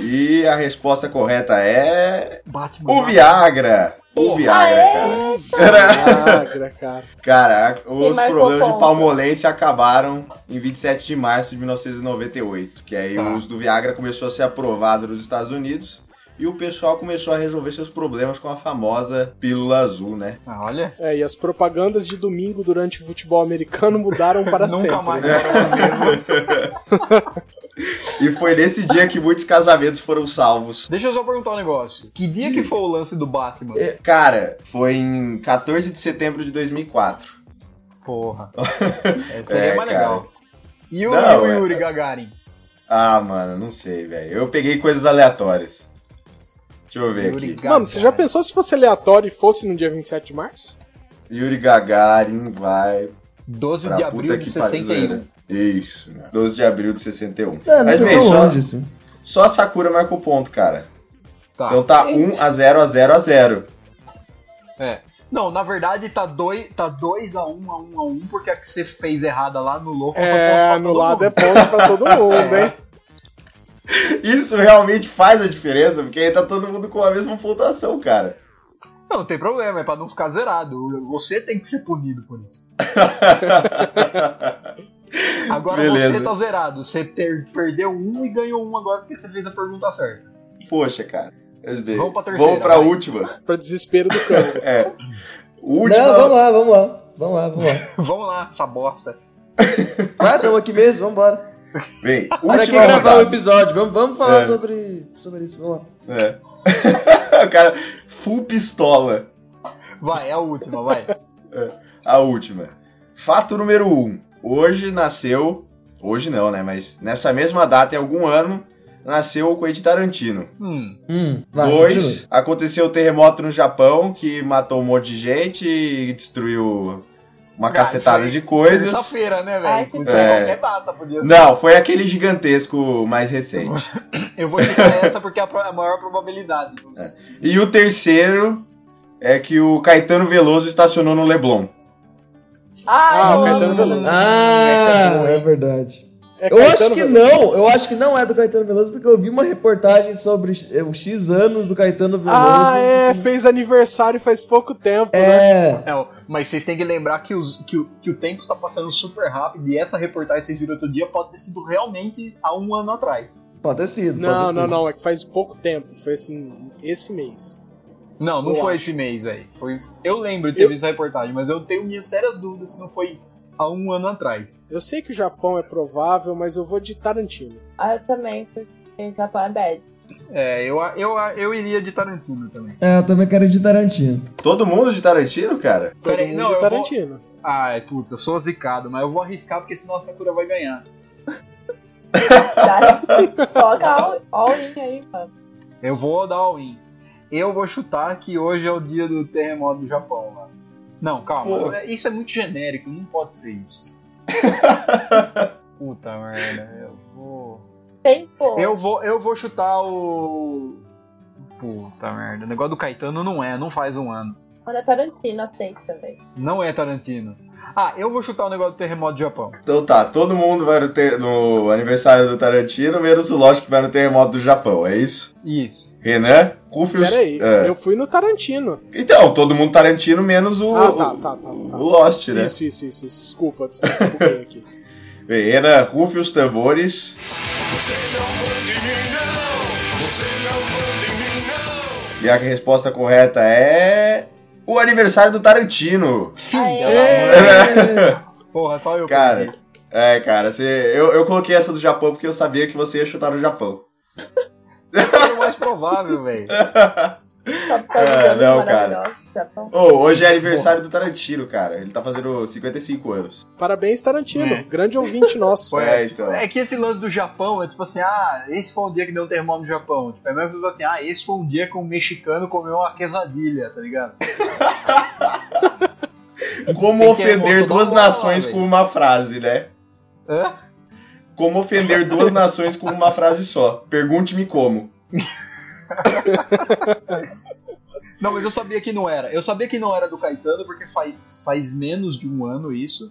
S5: E a resposta correta é.
S1: Batman.
S5: O Viagra! O Viagra, cara.
S2: Magra, cara.
S5: Cara,
S4: Quem
S5: os
S4: marcou
S5: problemas de
S4: ponto?
S5: palmolência acabaram em 27 de março de 1998, que aí
S1: Tá.
S5: o uso do Viagra começou a ser aprovado nos Estados Unidos e o pessoal começou a resolver seus problemas com a famosa pílula azul, né?
S1: Ah, olha.
S2: É, e as propagandas de domingo durante o futebol americano mudaram para
S1: Nunca
S2: sempre.
S1: mais
S2: né?
S1: eram as mesmas.
S5: E foi nesse dia que muitos casamentos foram salvos.
S1: Deixa eu só perguntar um negócio. Que dia
S5: Hum.
S1: que foi o lance do Batman?
S5: Cara, foi em 14 de setembro de 2004.
S1: Porra. É, seria
S5: É,
S1: mais
S5: cara.
S1: legal. E o,
S5: Não,
S1: e o
S5: é-
S1: Yuri Gagarin?
S5: Ah, mano, não sei, velho. Eu peguei coisas aleatórias. Deixa eu ver
S1: Yuri
S5: aqui.
S1: Gagarin.
S2: Mano, você já pensou se fosse aleatório e fosse no dia 27 de março?
S5: Yuri Gagarin vai
S1: 12
S5: Pra
S1: de
S5: puta
S1: abril de
S5: que pariu,
S1: 61.
S5: né? Isso, né? É, 12 de abril de 61.
S3: Não, não
S5: Mas
S3: tô
S5: bem,
S3: tão
S5: só,
S3: longe, assim.
S5: só a Sakura
S1: Ah,
S5: marcou ponto, cara.
S1: Tá.
S5: Então tá 1 a 0 a 0 a 0.
S1: É. Não, na verdade tá 2 tá dois a 1 um, a 1 um, a 1 um, porque a que você fez errada lá no louco
S2: É, anulado é ponto pra todo É. mundo, hein?
S5: Isso realmente faz a diferença, porque aí tá todo mundo com a mesma pontuação, cara.
S1: Não, não tem problema, é pra não ficar zerado. Você tem que ser punido por isso. Agora
S5: Beleza.
S1: você tá zerado. Você ter- perdeu um e ganhou um agora porque você fez a pergunta certa.
S5: Poxa, cara. Mas bem,
S1: Vamos pra terceira,
S5: Vamos pra
S1: vai.
S5: última.
S2: Pra desespero do campo.
S5: É. Última.
S3: Não, vamos lá, vamos lá. Vamos lá, vamos lá.
S1: Vamos lá, essa bosta.
S3: Ah, estamos aqui mesmo, vamos embora.
S5: Vem,
S3: Para que
S5: última
S3: gravar o
S5: rodada.
S3: episódio, vamos, vamos falar
S5: É.
S3: sobre, sobre isso, vamos lá.
S5: É. o cara, full pistola.
S1: Vai, é a última, vai.
S5: A última. Fato número 1. Um. Hoje nasceu. Hoje não, né? Mas nessa mesma data, em algum ano, nasceu o Quentin Tarantino.
S1: Hum,
S3: Hum, vai, continua.
S5: Dois, aconteceu o terremoto no Japão que matou um monte de gente e destruiu uma
S1: Ah, isso
S5: cacetada
S1: aí.
S5: de coisas.
S1: terça-feira, né,
S4: Ai,
S1: velho?
S4: que
S1: Podia
S5: dó.
S1: ser qualquer data, podia ser.
S5: é. Não, foi aquele gigantesco mais recente.
S1: Eu vou tirar essa porque é a pro- a maior probabilidade.
S5: E o terceiro é que o Caetano Veloso estacionou no Leblon.
S4: Ai,
S2: Ah,
S4: eu
S2: o
S4: amo.
S2: Caetano Veloso.
S1: é
S3: Ah,
S1: boa,
S3: é,
S1: hein?
S3: verdade.
S2: É
S3: Eu acho
S2: Caetano
S3: que
S2: Veloso.
S3: não, eu acho que não é do Caetano Veloso, porque eu vi uma reportagem sobre eh, os X anos do Caetano Veloso.
S2: Ah, é,
S3: Assim,
S2: fez aniversário faz pouco tempo, né?
S3: é.
S1: É, ó, mas vocês têm que lembrar que, os- que o, que o tempo está passando super rápido e essa reportagem que vocês viram outro dia pode ter sido realmente há um ano atrás.
S3: Pode ter sido.
S2: Não,
S3: pode ter
S2: não,
S3: sido.
S2: não, é que faz pouco tempo, foi assim, esse mês.
S1: Não, não
S2: Eu
S1: foi
S2: acho.
S1: esse mês, velho. Foi- Eu lembro de ter
S2: Eu-
S1: visto essa reportagem, mas eu tenho minhas sérias dúvidas se não foi há um ano atrás.
S2: Eu sei que o Japão é provável, mas eu vou de Tarantino.
S4: Ah, eu também, porque Japão é bad.
S1: É, eu, a- eu, a- eu iria de Tarantino também.
S3: É, eu também quero ir de Tarantino.
S5: Todo mundo de Tarantino, cara?
S2: Todo
S1: Peraí,
S2: mundo
S1: não,
S2: de
S1: eu vou...
S2: Tarantino.
S1: Ah, é, putz, eu sou zicado, mas eu vou arriscar porque senão a Sakura vai ganhar.
S4: Tá? Coloca all- all-in aí, mano.
S1: Eu vou dar all-in. Eu vou chutar que hoje é o dia do terremoto do Japão lá. Não, calma.
S5: Pô.
S1: Isso é muito genérico, não pode ser isso. Puta merda, eu vou.
S4: Tempo.
S1: Eu vou, eu vou chutar o. Puta merda. O negócio do Caetano não é, não faz um ano.
S4: Quando é Tarantino, aceito também.
S1: Não é Tarantino. Ah, eu vou chutar o negócio do terremoto do Japão.
S5: Então tá, todo mundo vai no, ter- no aniversário do Tarantino, menos o Lógico que vai no terremoto do Japão, é isso?
S1: Isso.
S5: Renan, Rufus.
S2: Peraí,
S5: é.
S2: eu fui no Tarantino.
S5: Então, todo mundo Tarantino menos o,
S2: Ah, tá, tá, tá, tá.
S5: o Lost, né?
S2: Isso, isso, isso, isso. Desculpa, desculpa, buguei aqui.
S5: Bem, Renan, rufe os tambores. E a resposta correta é. O aniversário do Tarantino!
S4: Aê.
S1: Porra, só eu.
S5: Cara,
S1: perdi.
S5: é, cara, você- eu, eu coloquei essa do Japão porque eu sabia que você ia chutar no Japão.
S1: Era o mais provável, velho.
S4: Só é por causa
S5: Ah,
S4: dos anos
S5: não,
S4: maravilhosos do Japão.
S5: Ô, hoje é aniversário do Tarantino, cara. Ele tá fazendo 55 anos.
S2: Parabéns, Tarantino.
S1: É.
S2: Grande ouvinte nosso.
S1: Foi,
S5: É,
S1: é, tipo,
S5: então.
S1: é que esse lance do Japão é tipo assim, ah, esse foi um dia que deu um terremoto no Japão. Tipo, é mesmo tipo assim, ah, esse foi um dia que um mexicano comeu uma quesadilha, tá ligado?
S5: Como
S1: Tem que é
S5: ofender
S1: remontar
S5: duas
S1: toda hora,
S5: nações
S1: velho.
S5: com uma frase, né?
S1: Hã?
S5: Como ofender duas nações com uma frase só. Pergunte-me como.
S1: Não, mas eu sabia que não era. Eu sabia que não era do Caetano, porque faz, faz menos de um ano isso.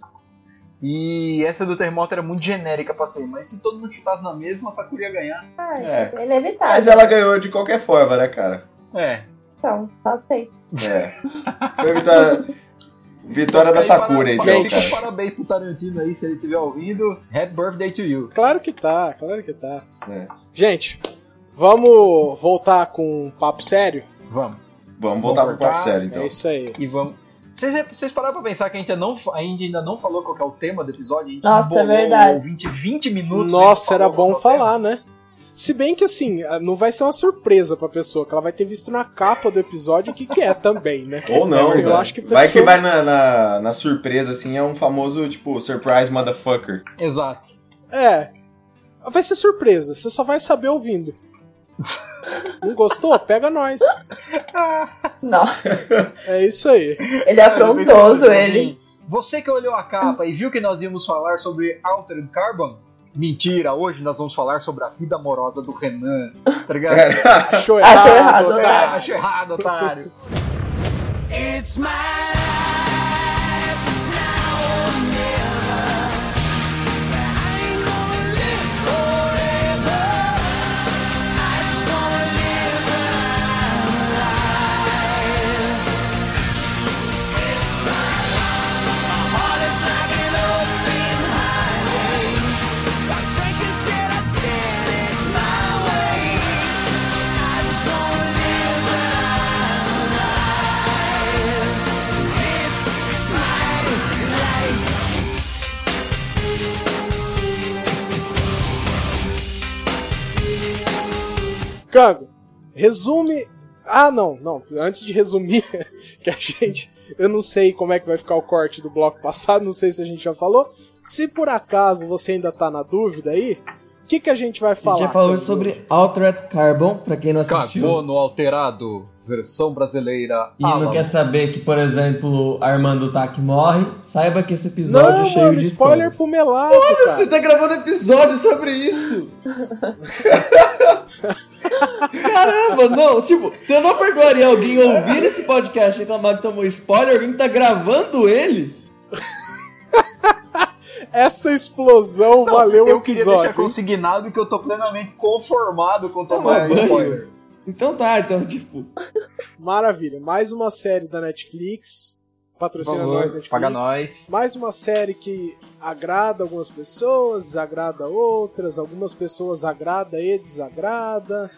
S1: E essa do terremoto era muito genérica pra ser, mas se todo mundo chutasse na mesma, a Sakura ia ganhar.
S4: Ai,
S5: É.
S1: Tá.
S4: inevitável.
S5: Mas ela ganhou de qualquer forma, né, cara?
S1: É.
S4: Então, tá aceito.
S5: É. Foi vitória, vitória da
S1: Fica aí para-
S5: Sakura,
S1: para-
S5: então,
S1: Fica os
S5: cara.
S1: parabéns pro Tarantino aí, se ele estiver ouvindo. Happy birthday to you.
S2: Claro que tá, claro que tá.
S5: É.
S2: Gente, vamos voltar com um papo sério?
S1: Vamos.
S5: Vamos voltar pro
S1: Vamos
S5: quarto
S1: voltar,
S5: sério, então.
S2: É isso aí.
S1: E vamos. Vocês, vocês pararam pra pensar que a gente, ainda não, a gente ainda não falou qual que é o tema do episódio? A gente
S4: Nossa, é
S1: bolou
S4: verdade.
S1: 20, 20 minutos. e
S2: Nossa, era
S1: falou qual
S2: bom
S1: que é o tema.
S2: falar, né? Se bem que assim, não vai ser uma surpresa pra pessoa, que ela vai ter visto na capa do episódio o que, que é também, né?
S5: Ou não,
S2: Eu
S5: velho.
S2: acho que
S5: Vai que
S2: pessoa-
S5: vai na, na, na surpresa, assim, é um famoso, tipo, surprise motherfucker.
S1: Exato.
S2: É. Vai ser surpresa, você só vai saber ouvindo. Não gostou? Pega nós.
S4: Nossa,
S2: É isso aí.
S4: ele é afrontoso,
S1: Cara,
S4: ele.
S1: assim, Você que olhou a capa e viu que nós íamos falar sobre Altered Carbon? Mentira, hoje nós vamos falar sobre a vida amorosa do Renan. Tá ligado? É,
S2: Achou
S4: Achou
S2: errado.
S1: né?
S2: tá?
S4: errado,
S1: Otário,
S4: otário.
S1: Achei errado, otário.
S2: Cango, resume. Ah, não, não. Antes de resumir, que a gente. Eu não sei como é que vai ficar o corte do bloco passado, não sei se a gente já falou. Se por acaso você ainda tá na dúvida aí, o que, que a gente vai
S3: A
S2: falar?
S3: gente já falou
S2: Cango?
S3: sobre Altered Carbon, pra quem não assistiu.
S7: Carbono alterado, versão brasileira.
S3: E não
S7: Alamo.
S3: quer saber que, por exemplo, Armando Tac morre, saiba que esse episódio é
S2: Não,
S3: cheio
S2: mano,
S3: de
S2: spoiler
S3: spoilers.
S2: pro melado.
S3: Você
S2: Cara.
S3: tá gravando episódio sobre isso? Caramba, não, tipo, se eu não perdoaria alguém ouvir esse podcast e reclamar que tomou spoiler, alguém que tá gravando ele.
S2: Essa explosão valeu o
S1: Eu queria deixar
S2: episódio. hein?
S1: consignado que eu tô plenamente conformado com
S3: Tomar
S1: tomar
S3: banho.
S1: spoiler.
S3: Então tá, então, tipo,
S2: Maravilha. Mais uma série da Netflix. Patrocina nós, Netflix.
S1: paga nós.
S2: Mais uma série que agrada algumas pessoas, desagrada outras, algumas pessoas agrada e desagrada.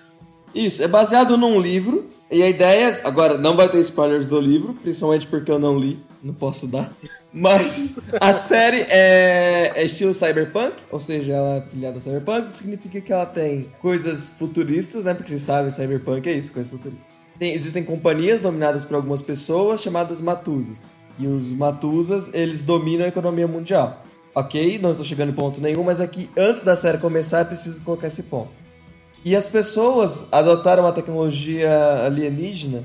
S3: Isso, é baseado num livro. E a ideia. Agora, não vai ter spoilers do livro, principalmente porque eu não li, não posso dar. Mas a série é, é estilo cyberpunk, ou seja, ela é filiada ao cyberpunk, significa que ela tem coisas futuristas, né? Porque vocês sabem, cyberpunk é isso, coisas futuristas. Tem- existem companhias dominadas por algumas pessoas chamadas Matuzas. E os Matuzas, eles dominam a economia mundial. Ok? Não estou chegando em ponto nenhum, mas aqui, antes da série começar, é preciso colocar esse ponto. E as pessoas adotaram a tecnologia alienígena,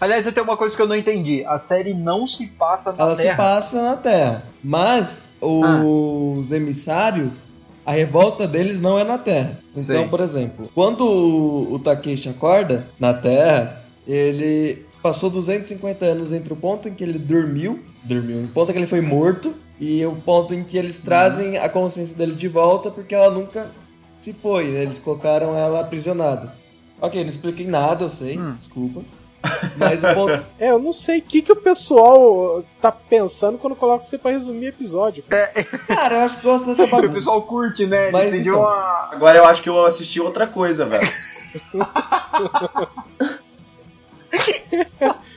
S1: Aliás, eu tenho uma coisa que eu não entendi. A série não se passa na
S3: ela se
S1: Terra.
S3: passa na Terra. Mas
S1: Ah.
S3: os emissários, a revolta deles não é na Terra. Então,
S1: Sim.
S3: por exemplo, quando o, o Takeshi acorda na Terra, ele passou 250 anos entre o ponto em que ele dormiu, dormiu, o ponto em que ele foi morto, e o ponto em que eles trazem a consciência dele de volta, porque ela nunca se foi, né? Eles colocaram ela aprisionada. Ok, não expliquei nada, eu sei,
S1: Hum.
S3: desculpa. Mas o ponto
S2: É, eu não sei o que, que o pessoal tá pensando quando coloca você pra resumir episódio. cara.
S3: Cara, eu acho que gosto dessa
S1: O
S3: bagunça.
S1: pessoal curte, né?
S2: É,
S1: Ele
S3: Mas
S1: decidiu
S3: então.
S1: uma-
S5: Agora eu acho que eu assisti outra coisa, velho.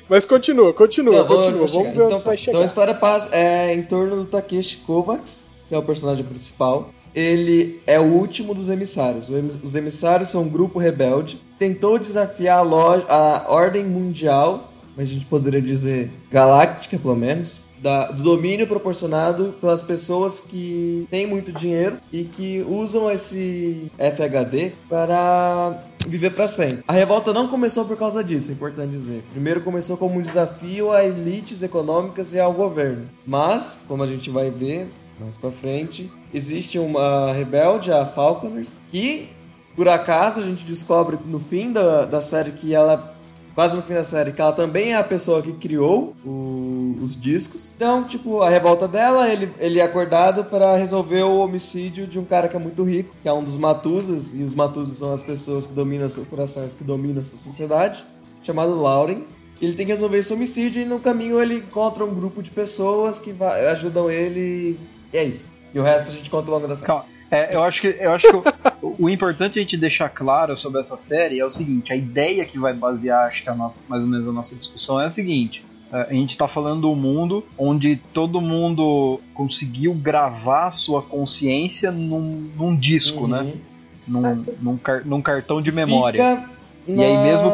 S2: Mas continua, continua,
S3: Não, vou-
S2: continua.
S3: vou
S2: Vamos
S3: chegar.
S2: ver onde isso vai
S3: Então
S2: chegar.
S3: a história passa é, em torno do Takeshi Kovacs, que é o personagem principal. Ele é o último dos emissários. O emis- Os emissários são um grupo rebelde. Tentou desafiar a, lo- a ordem mundial, mas a gente poderia dizer galáctica, pelo menos, da- do domínio proporcionado pelas pessoas que têm muito dinheiro e que usam esse FHD para viver para sempre. A revolta não começou por causa disso, é importante dizer. Primeiro começou como um desafio a elites econômicas e ao governo. Mas, como a gente vai ver mais para frente, existe uma rebelde, a Falconers, que por acaso a gente descobre no fim da, da série que ela quase no fim da série, que ela também é a pessoa que criou o- os discos. Então, tipo, a revolta dela, ele, ele é acordado para resolver o homicídio de um cara que é muito rico, que é um dos Matuzas, e os Matuzas são as pessoas que dominam as corporações que dominam essa sociedade, chamado Lawrence. Ele tem que resolver esse homicídio e no caminho ele encontra um grupo de pessoas que vai- ajudam ele e é isso. E o resto a gente conta logo da série.
S1: É, eu acho que, eu acho que o, o importante a gente deixar claro sobre essa série é o seguinte: a ideia que vai basear, acho que a nossa, mais ou menos a nossa discussão é a seguinte. é, A gente está falando do mundo onde todo mundo conseguiu gravar sua consciência num, num disco, né?
S3: Uhum.
S1: Num, num, car- num cartão de memória.
S3: Fica
S1: E aí mesmo-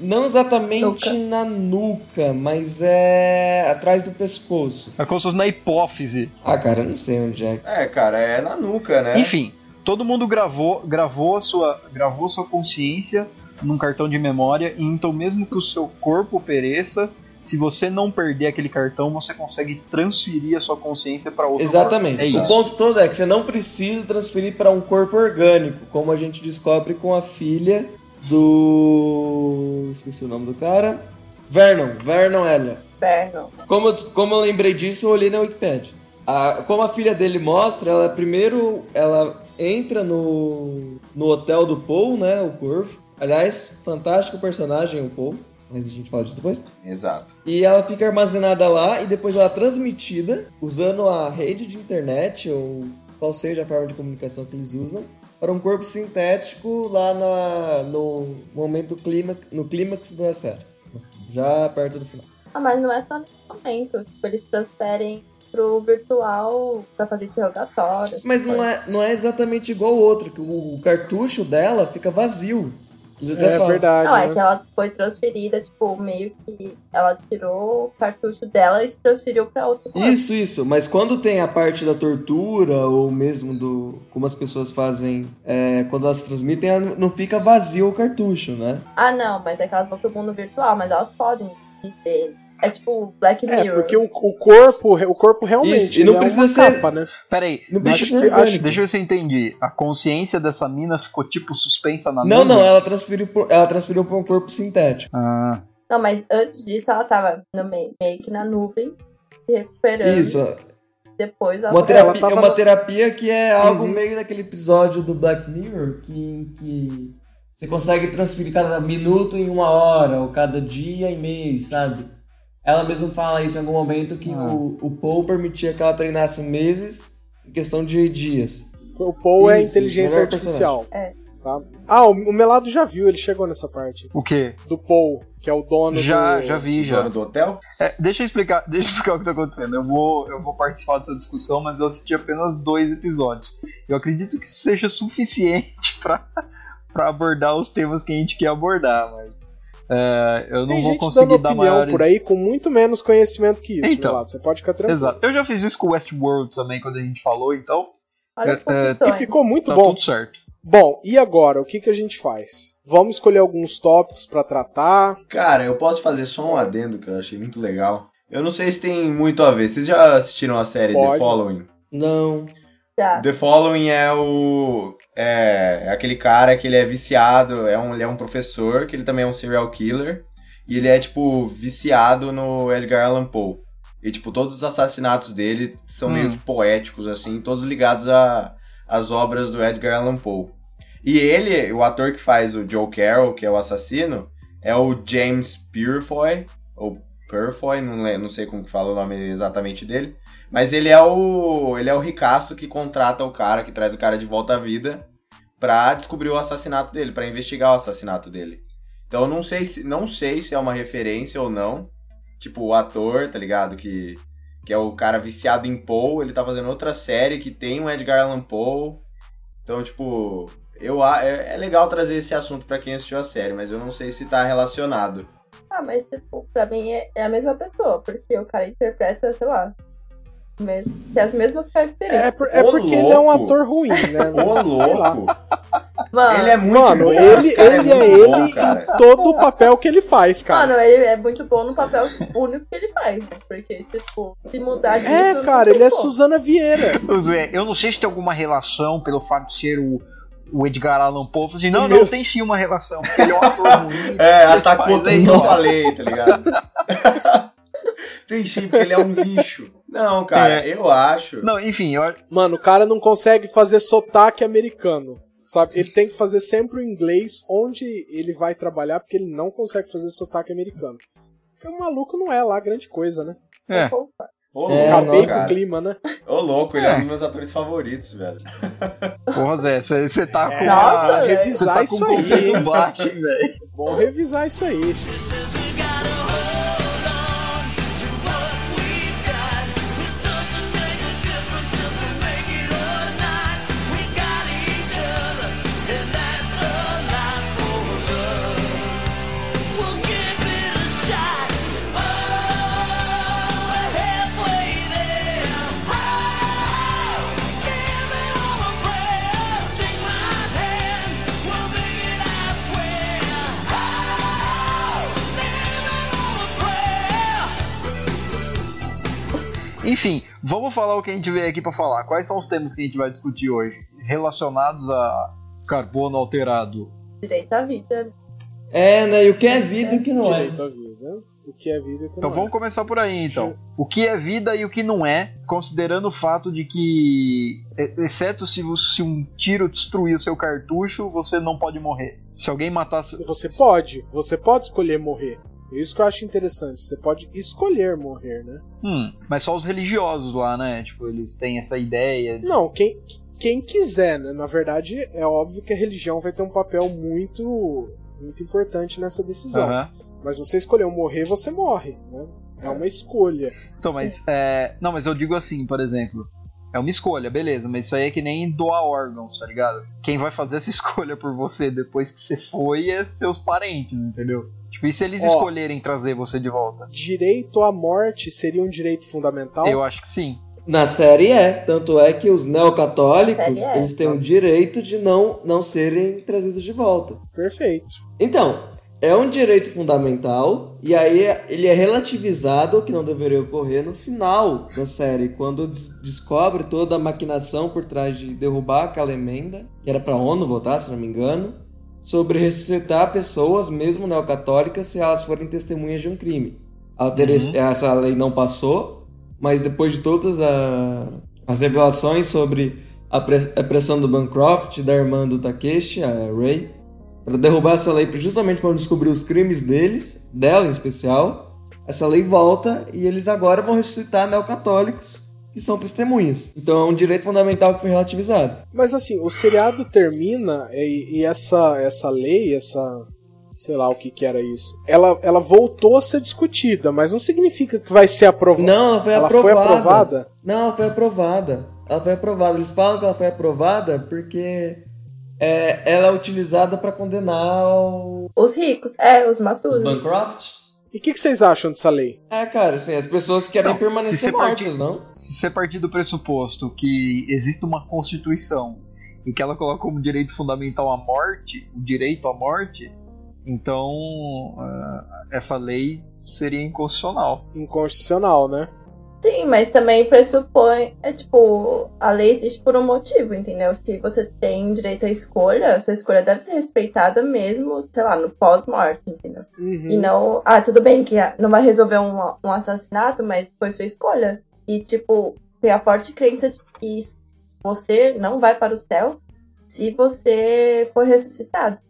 S3: Não exatamente
S4: Nuca.
S3: na nuca, mas é atrás do pescoço.
S1: É como se fosse na hipófise.
S3: Ah, cara, eu não sei onde é.
S5: É, cara, é na nuca, né?
S1: Enfim, todo mundo gravou, gravou a sua, gravou sua consciência num cartão de memória, e então mesmo que o seu corpo pereça, se você não perder aquele cartão, você consegue transferir a sua consciência para outro
S3: Exatamente.
S1: corpo. É
S3: o
S1: isso.
S3: ponto todo é que você não precisa transferir para um corpo orgânico, como a gente descobre com a filha do. Esqueci o nome do cara. Vernon, Vernon Ella.
S4: Vernon.
S3: Como eu, des- como eu lembrei disso, eu olhei na Wikipedia. A- como a filha dele mostra, ela primeiro ela entra no, no hotel do Paul, né? O Corvo. Aliás, fantástico personagem, o Paul. Mas a gente fala disso depois.
S5: Exato.
S3: E ela fica armazenada lá e depois ela é transmitida usando a rede de internet, ou qual seja a forma de comunicação que eles usam, para um corpo sintético lá na- no momento clímax, no clímax da série. Já perto do final.
S4: Ah, mas não é só nesse momento. Tipo, eles transferem pro virtual pra fazer interrogatório.
S3: Mas não é, não é exatamente igual ao outro, que o, o cartucho dela fica vazio. Eles até
S2: É
S3: falam.
S2: verdade.
S4: Não, é
S2: né?
S4: que ela foi transferida, tipo, meio que ela tirou o cartucho dela e se transferiu pra outro corpo.
S3: Isso, isso. Mas quando tem a parte da tortura, ou mesmo do. Como as pessoas fazem é, quando elas se transmitem, ela não fica vazio o cartucho, né?
S4: Ah, não, mas é que elas vão pro mundo virtual, mas elas podem viver. É tipo Black
S2: É,
S4: Mirror.
S2: porque o, o corpo, o corpo realmente
S3: Isso, e não
S2: ele
S3: precisa
S2: é uma
S3: ser-
S2: capa, né?
S1: Peraí,
S3: Não
S2: Acho
S3: precisa
S2: que-
S3: ser
S2: acho-
S3: orgânico.
S1: deixa eu ver se eu entendi. A consciência dessa mina ficou tipo suspensa
S2: Ah,
S1: na
S3: Não,
S1: nuvem?
S2: é.
S3: não, é ela transferiu, pro- ela transferiu para um corpo sintético.
S1: Ah,
S4: Não, mas antes disso ela tava no meio, meio que na nuvem, se recuperando.
S3: Isso.
S4: Depois ela
S3: Uma
S4: foi-
S2: ela
S3: terapia,
S2: tava-
S3: é uma terapia que é algo
S2: Uhum.
S3: meio daquele episódio do Black Mirror que, em que você consegue transferir cada minuto em uma hora, ou cada dia em mês, sabe? Ela mesma fala isso em algum momento que
S1: Ah.
S3: o, o Paul permitia que ela treinasse meses em questão de dias.
S2: O Paul é
S3: Isso,
S2: inteligência
S3: melhor
S2: artificial.
S4: É.
S2: tá? Ah, o, o Melado já viu, ele chegou nessa parte.
S1: o quê?
S2: Do Paul, que é o dono
S1: Já,
S2: do...
S1: já vi,
S5: Já.
S1: já.
S5: Dono do hotel?
S1: É, deixa eu explicar, deixa eu explicar o que tá acontecendo. Eu vou, eu vou participar dessa discussão, mas eu assisti apenas dois episódios. Eu acredito que isso seja suficiente pra, pra abordar os temas que a gente quer abordar, mas é, eu não
S2: Tem
S1: vou
S2: gente
S1: conseguir
S2: dando
S1: dar
S2: opinião
S1: maiores.
S2: por aí com muito menos conhecimento que isso,
S1: Então.
S2: Melado. Você pode ficar tranquilo.
S1: Exato. Eu já fiz isso com Westworld também quando a gente falou, então
S4: Olha as
S1: É, é,
S4: confissões.
S2: E né? ficou muito
S1: tá
S2: bom.
S1: tudo certo.
S2: Bom, e agora? O que, que a gente faz? Vamos escolher alguns tópicos pra tratar.
S5: Cara, eu posso fazer só um adendo que eu achei muito legal. Eu não sei se tem muito a ver. Vocês já assistiram a série The
S2: Pode.
S5: Following?
S3: Não.
S4: Já.
S5: The Following é o. É, é aquele cara que ele é viciado, é um, ele é um professor, que ele também é um serial killer. E ele é, tipo, viciado no Edgar Allan Poe. E, tipo, todos os assassinatos dele são
S1: Hum.
S5: meio que poéticos, assim, todos ligados a- às obras do Edgar Allan Poe. E ele, o ator que faz o Joe Carroll, que é o assassino, é o James Purefoy, ou Purfoy, não, le- não sei como que fala o nome exatamente dele. Mas ele é o. ele é o ricaço que contrata o cara, que traz o cara de volta à vida pra descobrir o assassinato dele, pra investigar o assassinato dele. Então eu não sei se. não sei se é uma referência ou não. Tipo, o ator, tá ligado? Que. Que é o cara viciado em Poe, ele tá fazendo outra série que tem o Edgar Allan Poe. Então, tipo, eu a- é, é legal trazer esse assunto pra quem assistiu a série, mas eu não sei se tá relacionado.
S4: Ah, mas tipo, pra mim é, é a mesma pessoa, porque o cara interpreta, sei lá, mesmo, tem as mesmas
S2: É,
S4: características.
S2: por- é
S5: Ô,
S2: porque ele é um
S5: louco.
S2: ator ruim, né?
S5: Ô,
S2: Sei lá.
S5: louco!
S4: Mano,
S5: Ele é muito
S2: Mano,
S5: bom,
S2: ele,
S5: esse cara
S2: ele é,
S5: muito
S2: ele
S5: bom, cara.
S2: em todo o papel que ele faz, cara.
S4: mano, ele é muito bom no papel tipo, único que ele faz, né? porque, tipo, se mudar disso...
S2: é,
S4: não
S2: cara,
S4: tem
S2: ele é
S4: como.
S2: Suzana Vieira.
S1: Ô, Zé, é, eu não sei se tem alguma relação pelo fato de ser o, o Edgar Allan Poe. Eu falei Assim, não, não,
S2: Mesmo.
S1: tem sim uma relação. porque Ele é um ator ruim.
S5: É, atacou
S1: Mas é
S5: tudo que eu
S1: igual.
S5: falei, tá ligado? Tem sim, porque ele é um lixo. Não, cara, eu acho.
S1: Não, enfim, eu,
S2: Mano, o cara não consegue fazer sotaque americano. Sabe? Ele tem que fazer sempre o inglês onde ele vai trabalhar, porque ele não consegue fazer sotaque americano. Porque o maluco não é lá grande coisa, né?
S1: É.
S5: Ô, louco,
S3: É,
S2: Acabei com o
S5: cara.
S2: clima, né?
S5: Ô, louco, ele é.
S1: É.
S5: um dos meus atores favoritos, velho.
S1: Porra, Zé, você tá com.
S4: Nossa,
S1: uma-
S4: velho.
S1: Você
S2: revisar
S1: tá com
S2: isso
S1: um
S2: aí.
S1: conceito baixo, hein, velho.
S2: Bom revisar isso aí.
S8: Oh, Oh, Oh,
S1: Enfim, vamos falar o que a gente veio aqui pra falar. Quais são os temas que a gente vai discutir hoje? Relacionados a carbono alterado.
S4: Direito à vida,
S3: É, né? E o que é vida e o que não é.
S2: Direito à vida. O que é vida e o que
S1: Então
S2: não
S1: vamos começar por aí, então. O que é vida e o que não é, considerando o fato de que, e- exceto se, vo- se um tiro destruir o seu cartucho, você não pode morrer. Se alguém matasse.
S2: é. Você pode, você pode escolher morrer. É isso que eu acho interessante. Você pode escolher morrer, né?
S1: Hum, mas só os religiosos lá, né? Tipo, eles têm essa ideia.
S2: Não, quem, quem quiser, né? Na verdade, é óbvio que a religião vai ter um papel muito, muito importante nessa decisão.
S1: Aham.
S2: Mas você escolheu morrer, você morre, né? É uma escolha.
S1: Então, mas. é, Não, mas eu digo assim, por exemplo. É uma escolha, beleza, mas isso aí é que nem doar órgãos, tá ligado? Quem vai fazer essa escolha por você depois que você foi é seus parentes, entendeu? Tipo, e se eles
S2: Ó.
S1: escolherem trazer você de volta?
S2: Direito à morte seria um direito fundamental?
S1: Eu acho que sim.
S3: Na série é. Tanto é que os neocatólicos,
S4: Série é.
S3: eles têm o direito de não, não serem trazidos de volta.
S2: Perfeito.
S3: Então, é um direito fundamental, e aí ele é relativizado, o que não deveria ocorrer no final da série, quando des- descobre toda a maquinação por trás de derrubar aquela emenda, que era pra ONU votar, se não me engano, sobre ressuscitar pessoas, mesmo neocatólicas, se elas forem testemunhas de um crime. Ela teria- Essa lei não passou, mas depois de todas a- as revelações sobre a, pre- a pressão do Bancroft, da irmã do Takeshi, a Ray, para derrubar essa lei justamente para descobrir os crimes deles, dela em especial, essa lei volta e eles agora vão ressuscitar neocatólicos que são testemunhas. Então é um direito fundamental que foi relativizado.
S2: Mas assim, o seriado termina e, e essa, essa lei, essa. sei lá o que que era isso. Ela, ela voltou a ser discutida, mas não significa que vai ser aprovada.
S3: Não, ela foi
S2: ela
S3: aprovada.
S2: foi aprovada?
S3: Não, ela foi aprovada. Ela foi aprovada. Eles falam que ela foi aprovada porque é, ela é utilizada para condenar o...
S4: Os ricos, é, os
S3: os
S4: masturos.
S3: Bancroft.
S2: E o que, que vocês acham dessa lei?
S3: É, cara, assim, as pessoas querem
S1: Não, se
S3: permanecer
S1: você
S3: mortas, não?
S1: se você partir do pressuposto que existe uma constituição em que ela coloca como direito fundamental a morte, o direito à morte, então ah, essa lei seria inconstitucional.
S2: Inconstitucional, né?
S4: Sim, mas também pressupõe. É tipo, a lei existe por um motivo, entendeu? Se você tem direito à escolha, a sua escolha deve ser respeitada mesmo, sei lá, no pós-morte, entendeu?
S2: Uhum.
S4: E não. Ah, tudo bem que não vai resolver um, um assassinato, mas foi sua escolha. E, tipo, tem a forte crença de que isso- você não vai para o céu se você for ressuscitado.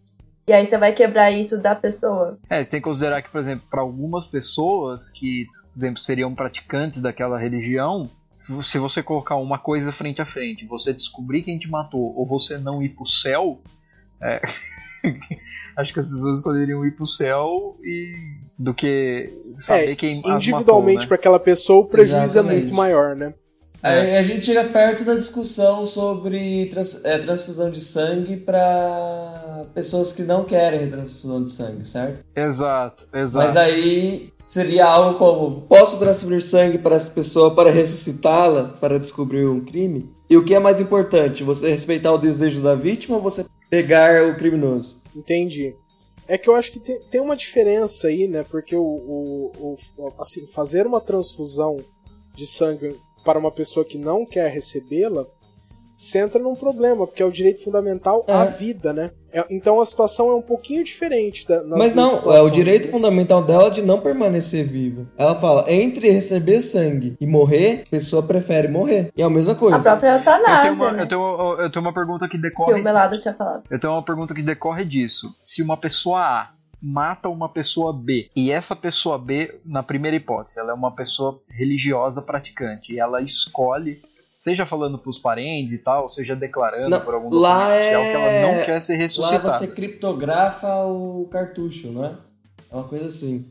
S4: E aí você vai quebrar isso da pessoa.
S1: É, você tem que considerar que, por exemplo, para algumas pessoas que, por exemplo, seriam praticantes daquela religião, se você colocar uma coisa frente a frente, você descobrir quem te matou ou você não ir pro céu, é, acho que as pessoas escolheriam ir pro céu e do que saber
S2: É,
S1: quem as matou,
S2: Individualmente,
S1: né?
S2: para aquela pessoa, o prejuízo é
S3: Exatamente.
S2: muito maior, né?
S3: Aí a gente chega perto da discussão sobre trans- é, transfusão de sangue para pessoas que não querem transfusão de sangue, certo?
S1: Exato, exato.
S3: Mas aí seria algo como: posso transferir sangue para essa pessoa para ressuscitá-la, para descobrir um crime? E o que é mais importante, você respeitar o desejo da vítima ou você pegar o criminoso?
S2: Entendi. É que eu acho que tem, tem uma diferença aí, né? Porque o, o- o- assim, fazer uma transfusão de sangue para uma pessoa que não quer recebê-la, você entra num problema, porque é o direito fundamental à
S3: É.
S2: vida, né? É- então a situação é um pouquinho diferente da, nas
S3: Mas
S2: duas
S3: não, é o
S2: situações,
S3: direito
S2: né?
S3: fundamental dela de não permanecer viva. Ela fala: entre receber sangue e morrer, a pessoa prefere morrer. E é a mesma coisa.
S4: A própria
S1: eu,
S4: eutanásia,
S1: tenho uma,
S4: né?
S1: eu, tenho, eu tenho uma pergunta que
S4: Que
S1: decorre.
S4: o Melado tinha falado.
S1: Eu tenho Então é uma pergunta que decorre disso. Se uma pessoa A mata uma pessoa B e essa pessoa B, na primeira hipótese, ela é uma pessoa religiosa praticante e ela escolhe, seja falando pros parentes e tal, seja declarando
S3: Não,
S1: por algum
S3: lá
S1: documento oficial
S3: é-
S1: que ela não quer ser
S3: Lá
S1: ressuscitada.
S3: você criptografa o cartucho, não é? É uma coisa assim.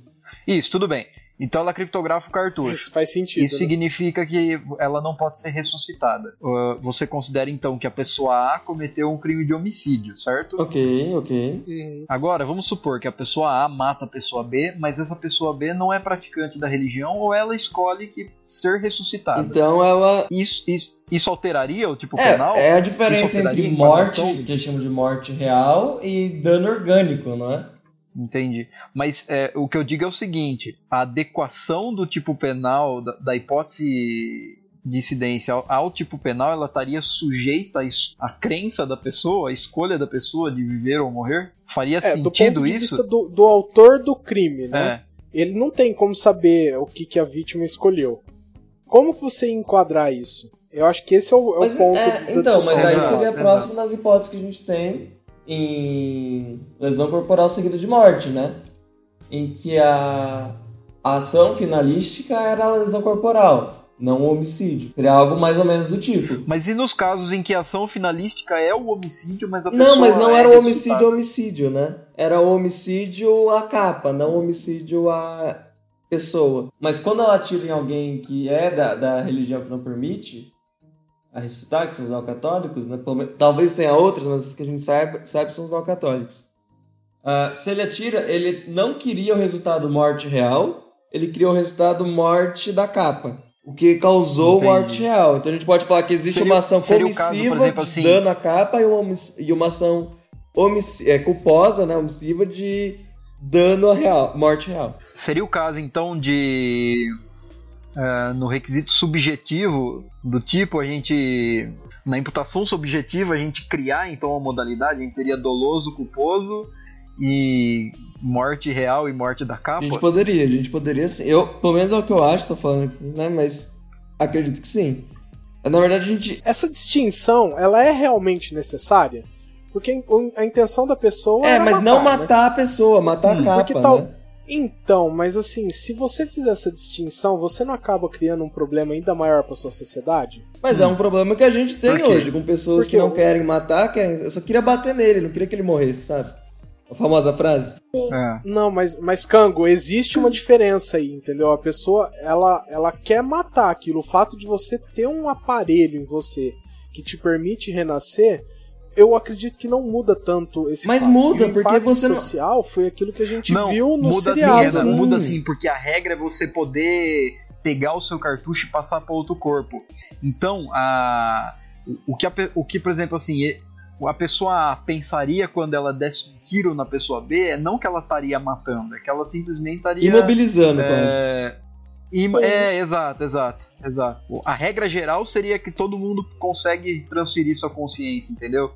S1: Isso, tudo bem. Então ela criptografa o cartucho.
S2: Isso faz sentido.
S1: Isso
S2: né?
S1: significa que ela não pode ser ressuscitada. Uh, Você considera então que a pessoa A cometeu um crime de homicídio, certo?
S3: Ok, ok.
S2: Uhum.
S1: Agora, vamos supor que a pessoa A mata a pessoa B, mas essa pessoa B não é praticante da religião ou ela escolhe que ser ressuscitada.
S3: Então ela.
S1: Isso, isso, isso alteraria Tá. o tipo penal?
S3: É, é a
S1: Isso
S3: diferença entre
S1: alteraria a
S3: morte,
S1: informação?
S3: que eles chamam de morte real, e dano orgânico, não é?
S1: Entendi. Mas é, o que eu digo é o seguinte: a adequação do tipo penal, da, da hipótese dissidência ao, ao tipo penal, ela estaria sujeita à, es- à crença da pessoa, à escolha da pessoa de viver ou morrer? Faria
S2: É, do ponto
S1: sentido
S2: de
S1: isso?
S2: vista do, do autor do crime, né?
S1: É.
S2: Ele não tem como saber o que, que a vítima escolheu. Como que você enquadrar isso? Eu acho que esse é o, é o
S3: Mas,
S2: ponto
S3: é,
S2: da
S3: então,
S2: discussão.
S3: mas aí
S1: Exato,
S3: seria
S1: exato.
S3: próximo das hipóteses que a gente tem em lesão corporal seguida de morte, né? Em que a, a ação finalística era a lesão corporal, não o homicídio. Seria algo mais ou menos do tipo.
S1: Mas e nos casos em que a ação finalística é o homicídio, mas a pessoa.
S3: Não, mas não
S1: é
S3: era o
S1: ressuscitada?
S3: homicídio homicídio, né? Era o homicídio a capa, não o homicídio a pessoa. Mas quando ela atira em alguém que é da, da religião que não permite a ressuscitar, que são os não católicos, né? Pelo menos- talvez tenha outras, mas as que a gente saiba, sabe são os não católicos. Ah, se ele atira, ele não queria o resultado morte real, ele criou o resultado morte da capa. O que causou
S1: Entendi.
S3: morte real. Então a gente pode falar que existe
S1: Seria-
S3: uma ação
S1: seria o caso, por
S3: comissiva
S1: exemplo,
S3: de
S1: assim-
S3: dano à capa e uma, homic- e uma ação homic- é, culposa, né, homissiva de dano à real, morte real.
S1: Seria o caso, então, de. ah, no requisito subjetivo do tipo, a gente. Na imputação subjetiva, a gente criar então a modalidade, a gente teria doloso, culposo e morte real e morte da
S3: A
S1: capa.
S3: gente poderia, a gente poderia sim. Eu, pelo menos é o que eu acho, tô falando aqui, né, mas acredito que sim. Na verdade, a gente
S2: Essa distinção, ela é realmente necessária? Porque in- a intenção da pessoa
S3: é,
S2: era
S3: mas não
S2: matar, né?
S3: matar a pessoa, matar
S1: Hum.
S3: a capa,
S2: porque tal-
S3: né?
S2: Então, mas assim, se você fizer essa distinção, você não acaba criando um problema ainda maior para sua sociedade?
S3: Mas é um problema que a gente tem
S1: Hum. Por quê?
S3: hoje, com pessoas
S2: Porque
S3: que não
S2: o-
S3: querem matar, querem... eu só queria bater nele, não queria que ele morresse, sabe? A famosa frase.
S1: É.
S2: Não, mas, mas Cango, existe uma diferença aí, entendeu? A pessoa, ela, ela quer matar aquilo. O fato de você ter um aparelho em você que te permite renascer, eu acredito que não muda tanto esse
S3: Mas
S2: fato.
S3: muda,
S2: E o
S3: porque
S2: impacto
S3: você não-
S2: social foi aquilo que a gente
S1: Não,
S2: viu no
S1: muda
S2: seriado.
S1: sim, Renan,
S3: né?
S1: muda sim, porque a regra é você poder pegar o seu cartucho e passar para outro corpo. Então, a, o, que a pe- o que, por exemplo, assim, e- a pessoa A pensaria quando ela desse um tiro na pessoa B é não que ela estaria matando, é que ela simplesmente estaria.
S3: Imobilizando, quase.
S1: É, im- é, exato, exato, exato. A regra geral seria que todo mundo consegue transferir sua consciência, entendeu?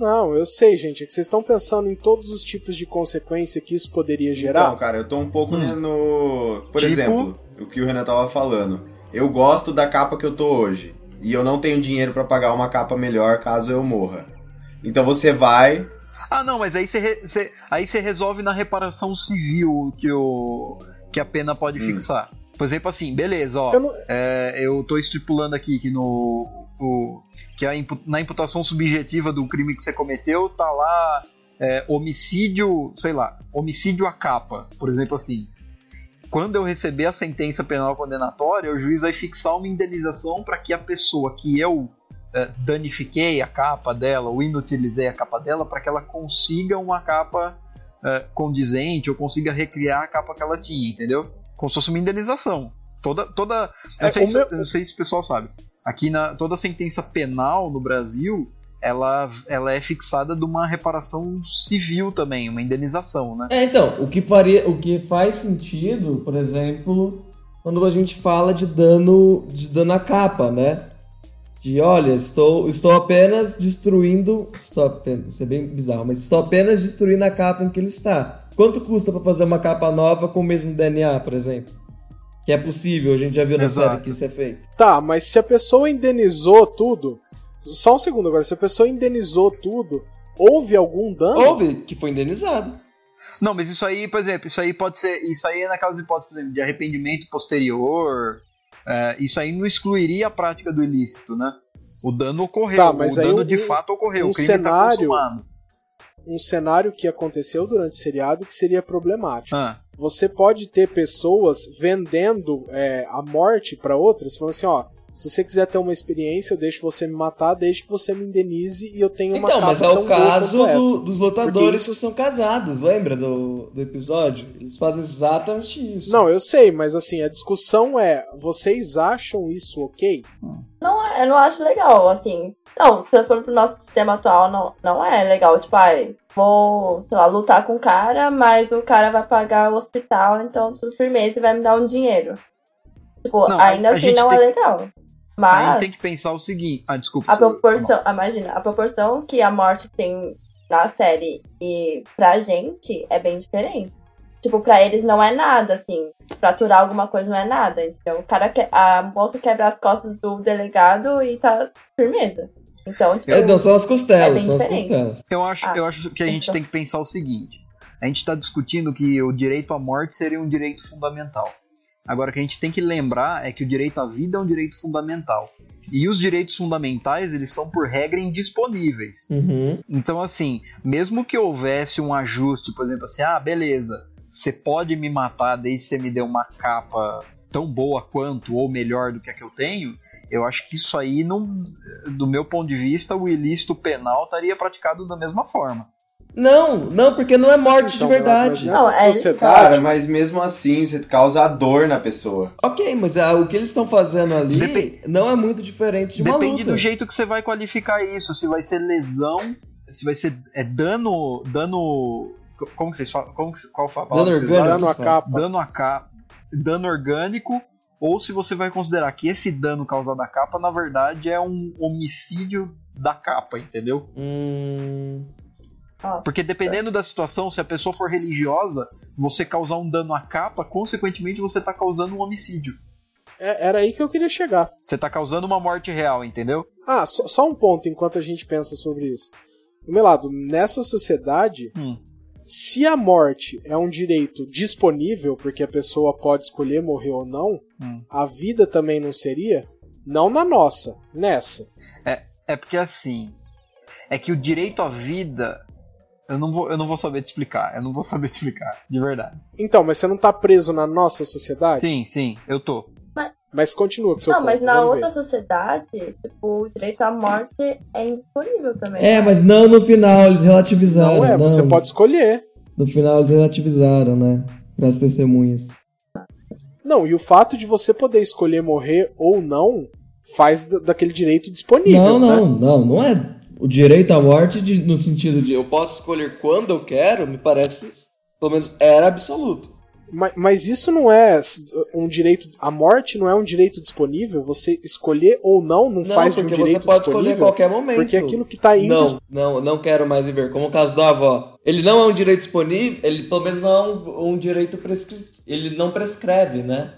S2: Não, eu sei, gente. É que vocês estão pensando em todos os tipos de consequência que isso poderia gerar.
S5: Então, cara, eu tô um pouco
S1: Hum.
S5: no. Por
S1: Tipo?
S5: exemplo, o que o Renan tava falando. Eu gosto da capa que eu tô hoje. E eu não tenho dinheiro pra pagar uma capa melhor caso eu morra. Então você vai.
S1: Ah, não, mas aí você, re- você- aí você resolve na reparação civil que, o, que a pena pode
S5: Hum.
S1: fixar. Por exemplo, assim, beleza, ó.
S2: Eu não-
S1: é, eu tô estipulando aqui que no. o- que a impu- na imputação subjetiva do crime que você cometeu, tá lá é, homicídio, sei lá, homicídio à capa, por exemplo assim. Quando eu receber a sentença penal condenatória, o juiz vai fixar uma indenização para que a pessoa que eu é, danifiquei a capa dela ou inutilizei a capa dela, para que ela consiga uma capa é, condizente ou consiga recriar a capa que ela tinha, entendeu? Como se fosse uma indenização. Toda, toda, eu
S2: É,
S1: não, sei
S2: o
S1: se,
S2: meu-
S1: eu não sei se o pessoal sabe. Aqui na toda sentença penal no Brasil, ela, ela é fixada de uma reparação civil também, uma indenização, né?
S3: É, então, o que, faria, o que faz sentido, por exemplo, quando a gente fala de dano, de dano à capa, né? De, olha, estou, estou apenas destruindo... Estou apenas, isso é bem bizarro, mas estou apenas destruindo a capa em que ele está. Quanto custa pra fazer uma capa nova com o mesmo DNA, por exemplo? Que é possível, a gente já viu na
S1: Exato.
S3: série que isso é feito.
S2: Tá, mas se a pessoa indenizou tudo. Só um segundo agora, se a pessoa indenizou tudo, houve algum dano?
S3: Houve, que foi indenizado.
S1: Não, mas isso aí, por exemplo, isso aí pode ser. Isso aí é naquelas hipóteses, por exemplo, de arrependimento posterior. é, isso aí não excluiria a prática do ilícito, né? O dano ocorreu,
S2: Tá, mas
S1: o
S2: aí
S1: dano
S2: o-
S1: de fato ocorreu,
S2: o
S1: o crime
S2: cenário-
S1: tá consumado.
S2: Um cenário que aconteceu durante o seriado que seria problemático.
S1: Ah,
S2: Você pode ter pessoas vendendo é, a morte pra outras, falando assim, ó. Se você quiser ter uma experiência, eu deixo você me matar, desde que você me indenize e eu tenho uma
S3: Então, mas é
S2: capa
S3: o
S2: tão boa
S3: caso
S2: quanto
S3: do-
S2: essa."
S3: dos lutadores
S2: isso-
S3: que são casados, lembra do, do episódio? Eles fazem exatamente isso.
S2: Não, eu sei, mas assim, a discussão é: vocês acham isso ok?
S4: Não, é- eu não acho legal, assim. Não, transpondo pro nosso sistema atual não, não é legal. Tipo, ai, vou, sei lá, lutar com o cara, mas o cara vai pagar o hospital, então tudo firmeza e vai me dar um dinheiro. Tipo,
S1: Não, a-
S4: ainda
S1: a
S4: assim
S1: gente
S4: não é
S1: tem-
S4: legal.
S1: Aí
S4: Mas
S1: tem que pensar o seguinte. Ah, desculpa.
S4: Ah, a
S1: você-
S2: tá
S4: proporção, imagina, a proporção que a morte tem na série e pra gente é bem diferente. Tipo, pra eles não é nada, assim. Fraturar alguma coisa não é nada. Então, o cara que... a moça quebra as costas do delegado e tá firmeza. Então, tipo,
S3: É, não, são as
S4: É
S3: costelas,
S4: bem
S3: são as
S4: diferente.
S3: costelas.
S1: Eu acho,
S4: Ah,
S1: eu acho que a gente
S4: isso.
S1: tem que pensar o seguinte: a gente está discutindo que o direito à morte seria um direito fundamental. Agora, o que a gente tem que lembrar é que o direito à vida é um direito fundamental. E os direitos fundamentais, eles são, por regra, indisponíveis.
S3: Uhum.
S1: Então, assim, mesmo que houvesse um ajuste, por exemplo, assim, ah, beleza, você pode me matar desde que você me dê uma capa tão boa quanto ou melhor do que a que eu tenho, eu acho que isso aí, não, do meu ponto de vista, o ilícito penal estaria praticado da mesma forma.
S3: Não, não, porque não é morte
S2: Então,
S3: de
S2: Renato,
S3: verdade.
S2: Mas
S4: Não,
S2: nessa
S4: é-
S2: sociedade,
S5: Cara, mas mesmo assim você causa dor na pessoa.
S3: Ok, mas ah, o que eles estão fazendo ali
S1: Depen-
S3: não é muito diferente de uma
S1: Depende
S3: luta.
S1: do jeito que você vai qualificar isso, se vai ser lesão, se vai ser é dano, dano, como que vocês falam, como que- qual foi a palavra?
S3: Dano
S1: que vocês usaram?
S3: orgânico.
S4: é
S2: dando a capa.
S1: dano a capa, dano orgânico, ou se você vai considerar que esse dano causado à capa, na verdade, é um homicídio da capa, entendeu?
S3: Hum,
S4: nossa.
S1: Porque dependendo da situação, se a pessoa for religiosa, você causar um dano à capa, consequentemente você tá causando um homicídio.
S2: É- era aí que eu queria chegar.
S1: Você tá causando uma morte real, entendeu?
S2: Ah, só, só um ponto enquanto a gente pensa sobre isso. Do meu lado, nessa sociedade,
S1: Hum.
S2: se a morte é um direito disponível, porque a pessoa pode escolher morrer ou não,
S1: Hum.
S2: a vida também não seria? Não na nossa, nessa.
S1: É porque assim, é que o direito à vida, eu não vou, eu não vou saber te explicar, eu não vou saber te explicar, de verdade.
S2: Então, mas você não tá preso na nossa sociedade?
S1: Sim, sim, eu tô.
S2: Mas continua com seu
S4: Não,
S2: ponto.
S4: mas na
S2: vamos ver.
S4: outra sociedade, tipo, o direito à morte é indisponível também.
S3: É, mas não no final, eles relativizaram.
S2: Não é, você
S3: não.
S2: pode escolher.
S3: No final eles relativizaram, né? Para as testemunhas.
S2: Não, e o fato de você poder escolher morrer ou não faz da- daquele direito disponível.
S3: não,
S2: né?
S3: não, não, não é o direito à morte de- no sentido de eu posso escolher quando eu quero, me parece, pelo menos era absoluto.
S2: Ma- Mas, isso não é s- um direito. A morte não é um direito disponível? Você escolher ou não não,
S3: Não,
S2: faz de um
S3: porque
S2: direito
S3: você pode
S2: disponível?
S3: escolher a qualquer momento.
S2: Porque aquilo que tá indis...
S3: Não, não, não quero mais viver. Como o caso da avó. Ele não é um direito disponível, ele pelo menos não é um, um direito prescrito. Ele não prescreve, né?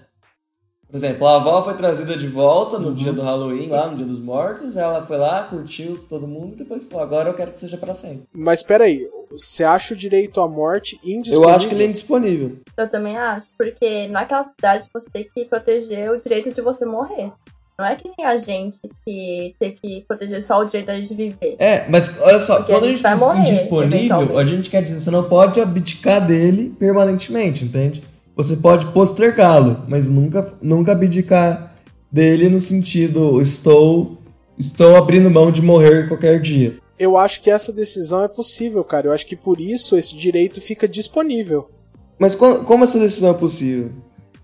S3: Por exemplo, a avó foi trazida de volta no dia do Halloween, lá no dia dos mortos. Ela foi lá, curtiu todo mundo e depois falou: agora eu quero que seja pra sempre.
S2: Mas peraí, você acha o direito à morte indisponível?
S3: Eu acho que ele é indisponível.
S4: Eu também acho, porque naquela cidade você tem que proteger o direito de você morrer. Não é que nem a gente que tem que proteger só o direito da gente viver.
S3: É, mas olha só,
S4: Porque
S3: quando
S4: a
S3: a
S4: gente
S3: gente,
S4: vai
S3: diz
S4: morrer,
S3: indisponível,
S4: eventualmente.
S3: a gente quer dizer, você não pode abdicar dele permanentemente, entende? Você pode postergá-lo, mas nunca, nunca abdicar dele no sentido estou estou abrindo mão de morrer qualquer dia.
S2: Eu acho que essa decisão é possível, cara. Eu acho que por isso esse direito fica disponível.
S3: Mas co- como essa decisão é possível?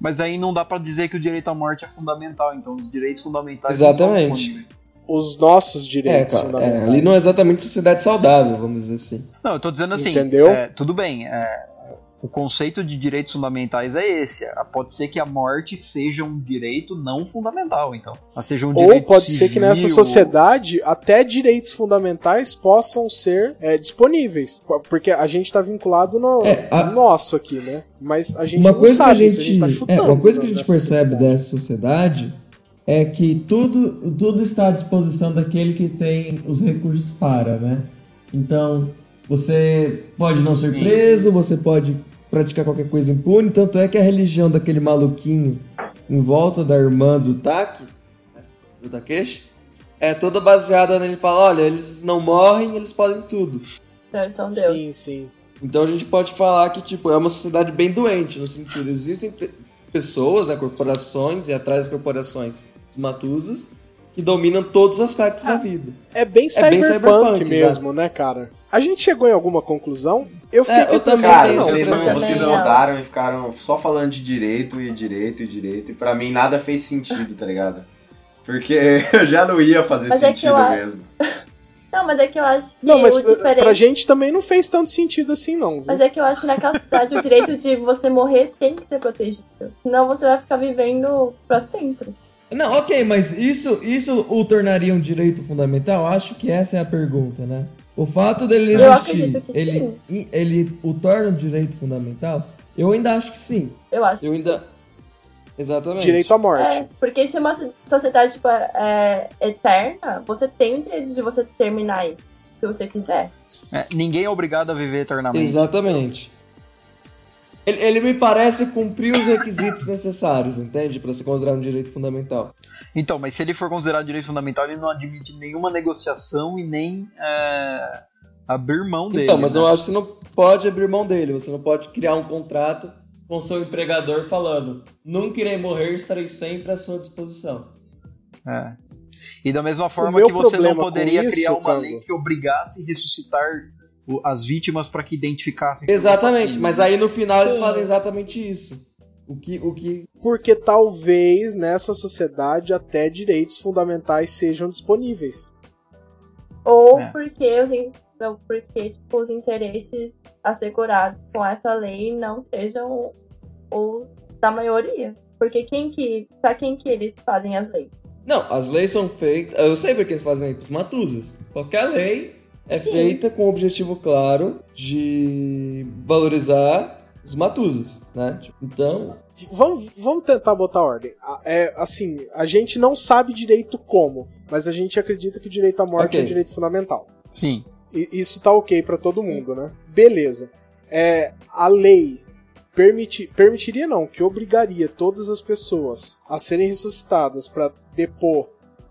S1: Mas aí não dá pra dizer que o direito à morte é fundamental, então os direitos fundamentais
S3: Exatamente.
S1: não são disponíveis.
S2: Os nossos
S3: É,
S2: direitos
S3: cara, é,
S2: fundamentais.
S3: ali não é exatamente sociedade saudável, vamos dizer assim.
S1: Não, eu tô dizendo assim,
S2: Entendeu?
S1: é, tudo bem, é, o conceito de direitos fundamentais é esse. Ah, Pode ser que a morte seja um direito não fundamental, então. Ah, seja um
S2: Ou
S1: direito
S2: pode ser que nessa
S1: civil,
S2: sociedade até direitos fundamentais possam ser é, disponíveis. Porque a gente tá vinculado no
S3: É, a-
S2: nosso aqui, né? Mas a gente
S3: uma
S2: não
S3: coisa
S2: sabe
S3: que a
S2: isso,
S3: gente,
S2: tá chutando.
S3: é, uma coisa que a
S2: né,
S3: gente
S2: nessa
S3: percebe
S2: sociedade.
S3: dessa sociedade é que tudo tudo está à disposição daquele que tem os recursos para, né? Então, você pode não ser
S1: Sim.
S3: preso, você pode praticar qualquer coisa impune, tanto é que a religião daquele maluquinho em volta da irmã do Taki, do Takeshi, é toda baseada nele falar, olha, eles não morrem, eles podem tudo.
S4: Então, eles são Deus.
S2: Sim, sim.
S3: Então a gente pode falar que tipo é uma sociedade bem doente no sentido existem pe- pessoas, né, corporações e atrás das corporações os matuzas que dominam todos os aspectos da vida.
S2: É bem cyberpunk,
S3: cyberpunk,
S2: mesmo, né, cara? A gente chegou em alguma conclusão? Eu fiquei
S3: É, eu
S2: pensando,
S3: também
S5: Cara,
S3: tenho
S2: não,
S5: vocês não,
S3: outra
S5: vocês
S4: também,
S5: não
S4: ó.
S5: andaram e ficaram só falando de direito e direito e direito. E pra mim nada fez sentido, tá ligado? Porque eu já não ia fazer
S4: Mas é que
S5: sentido
S4: eu acho-
S5: mesmo.
S4: Não, mas é que eu acho que
S2: Não, mas
S4: o
S2: pra,
S4: diferente.
S2: pra gente também não fez tanto sentido assim, não. viu?
S4: Mas é que eu acho que naquela cidade o direito de você morrer tem que ser protegido. Senão você vai ficar vivendo pra sempre.
S3: Não, ok, mas isso, isso o tornaria um direito fundamental? Acho que essa é a pergunta, né? O fato dele
S4: Eu
S3: existir,
S4: acredito que
S3: ele, ele o torna um direito fundamental? Eu ainda acho que sim.
S4: Eu acho.
S3: Eu
S4: que
S3: ainda. Exatamente.
S2: Direito à
S4: É,
S2: morte.
S4: porque se uma so- sociedade tipo, é, é eterna, você tem o direito de você terminar isso, se você quiser.
S1: É, ninguém é obrigado a viver eternamente.
S3: Exatamente. Ele, ele me parece cumprir os requisitos necessários, entende? Pra ser considerado um direito fundamental.
S1: Então, mas se ele for considerado direito fundamental, ele não admite nenhuma negociação e nem é, abrir mão dele.
S3: então, mas
S1: né?
S3: eu acho que você não pode abrir mão dele. Você não pode criar um contrato com seu empregador falando: nunca irei morrer, estarei sempre à sua disposição.
S1: É. E da mesma forma
S2: meu
S1: que você não
S2: problema com
S1: poderia
S2: isso,
S1: criar uma
S2: Cango-
S1: lei que obrigasse a ressuscitar o- as vítimas para que tá identificassem seus
S3: Exatamente,
S1: assassinos.
S3: mas aí no final eles fazem exatamente isso. O que, o que
S2: Porque talvez nessa sociedade até direitos fundamentais sejam disponíveis.
S4: Ou
S1: É.
S4: porque, os, in- ou porque tipo, os interesses assegurados com essa lei não sejam ou da maioria. Porque quem que. Pra quem que eles fazem as leis?
S3: Não, as leis são feitas. Eu sei porque eles fazem isso, os matuzas. Qualquer lei é
S4: Sim.
S3: feita com o objetivo claro de valorizar os matuzas, né? Tipo, Então,
S2: Vamos, vamos tentar botar ordem. A- É, assim, a gente não sabe direito como, mas a gente acredita que o direito à morte
S3: Ok.
S2: é direito fundamental.
S1: Sim.
S2: E isso tá ok pra todo mundo, né? Beleza. É, a lei permiti- permitiria não, que obrigaria todas as pessoas a serem ressuscitadas pra depor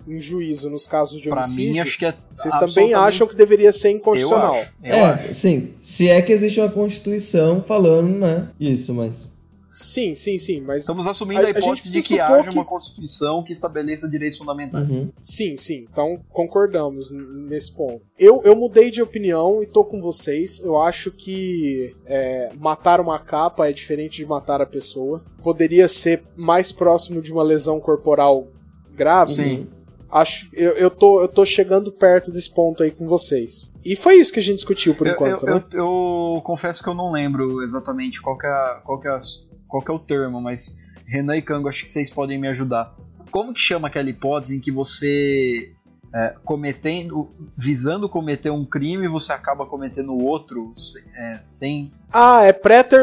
S2: em juízo nos casos de
S1: Pra
S2: homicídio.
S1: mim, acho que é.
S2: Vocês também acham
S1: absolutamente-
S2: que deveria ser
S1: Eu
S2: inconstitucional?
S1: acho. Eu
S3: é,
S1: acho.
S3: sim. Se é que existe uma constituição falando, né? Isso, mas
S2: Sim, sim, sim, mas
S1: Estamos assumindo
S2: A-
S1: a,
S2: a gente
S1: hipótese de
S2: precisa
S1: que
S2: supor
S1: haja
S2: que-
S1: uma Constituição que estabeleça direitos fundamentais.
S3: uhum.
S2: Sim, sim. Então concordamos n- nesse ponto. Eu, eu mudei de opinião e tô com vocês. Eu acho que é, matar uma capa é diferente de matar a pessoa. Poderia ser mais próximo de uma lesão corporal grave.
S1: Sim.
S2: Acho, eu, eu, tô, eu tô chegando perto desse ponto aí com vocês. E foi isso que a gente discutiu por
S1: Eu-
S2: enquanto,
S1: eu,
S2: né?
S1: eu- eu confesso que eu não lembro exatamente qual que é, qual que é, as- qual que é o termo, mas Renan e Cango, acho que vocês podem me ajudar. Como que chama aquela hipótese em que você, é, cometendo, visando cometer um crime, você acaba cometendo outro se- é, sem...
S2: Ah, é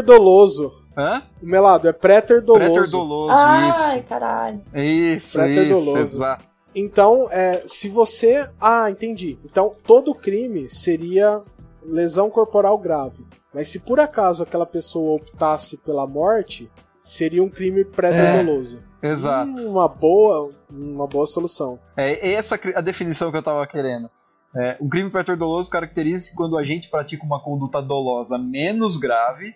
S2: pré-terdoloso.
S1: Hã?
S2: O Melado, é pré-terdoloso.
S1: Preterdoloso,
S4: Ai,
S1: isso.
S4: caralho.
S1: Isso,
S2: Preterdoloso.
S1: isso, exato.
S2: Então, é, se você. Ah, entendi. Então, todo crime seria lesão corporal grave. Mas se por acaso aquela pessoa optasse pela morte, seria um crime pré-doloso.
S1: É. Exato.
S2: Uma boa, uma boa solução.
S1: É essa cri- a definição que eu tava querendo. É, um crime preterdoloso caracteriza-se quando a gente pratica uma conduta dolosa menos grave,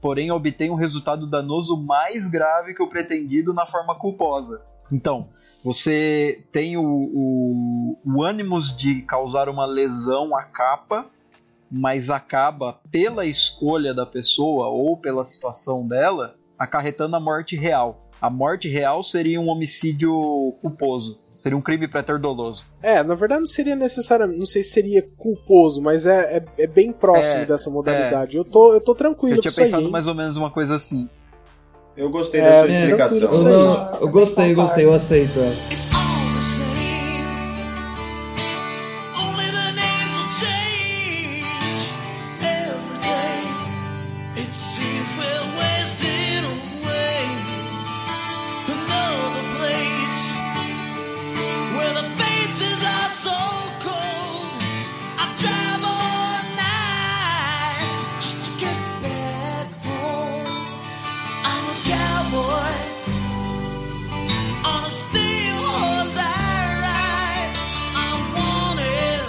S1: porém obtém um resultado danoso mais grave que o pretendido na forma culposa. Então, você tem o, o, o ânimos de causar uma lesão à capa, mas acaba, pela escolha da pessoa ou pela situação dela, acarretando a morte real. A morte real seria um homicídio culposo. Seria um crime preterdoloso.
S2: É, na verdade não seria necessariamente, não sei se seria culposo, mas é, é, é bem próximo
S1: É,
S2: dessa modalidade. Eu, tô, eu tô tranquilo
S1: Eu
S2: com
S1: tinha
S2: isso aí.
S1: pensado
S2: hein?
S1: mais ou menos uma coisa assim.
S5: Eu gostei da sua
S3: é,
S5: explicação.
S3: Eu,
S2: Isso aí.
S3: não- eu gostei, eu gostei, eu aceito. é.
S8: It's all the same. Only the names will change every day. It seems we're wasting away. Another place where the faces are so cold. I drive all night just to get back home. I'm a cowboy on a steel horse I ride. I want it.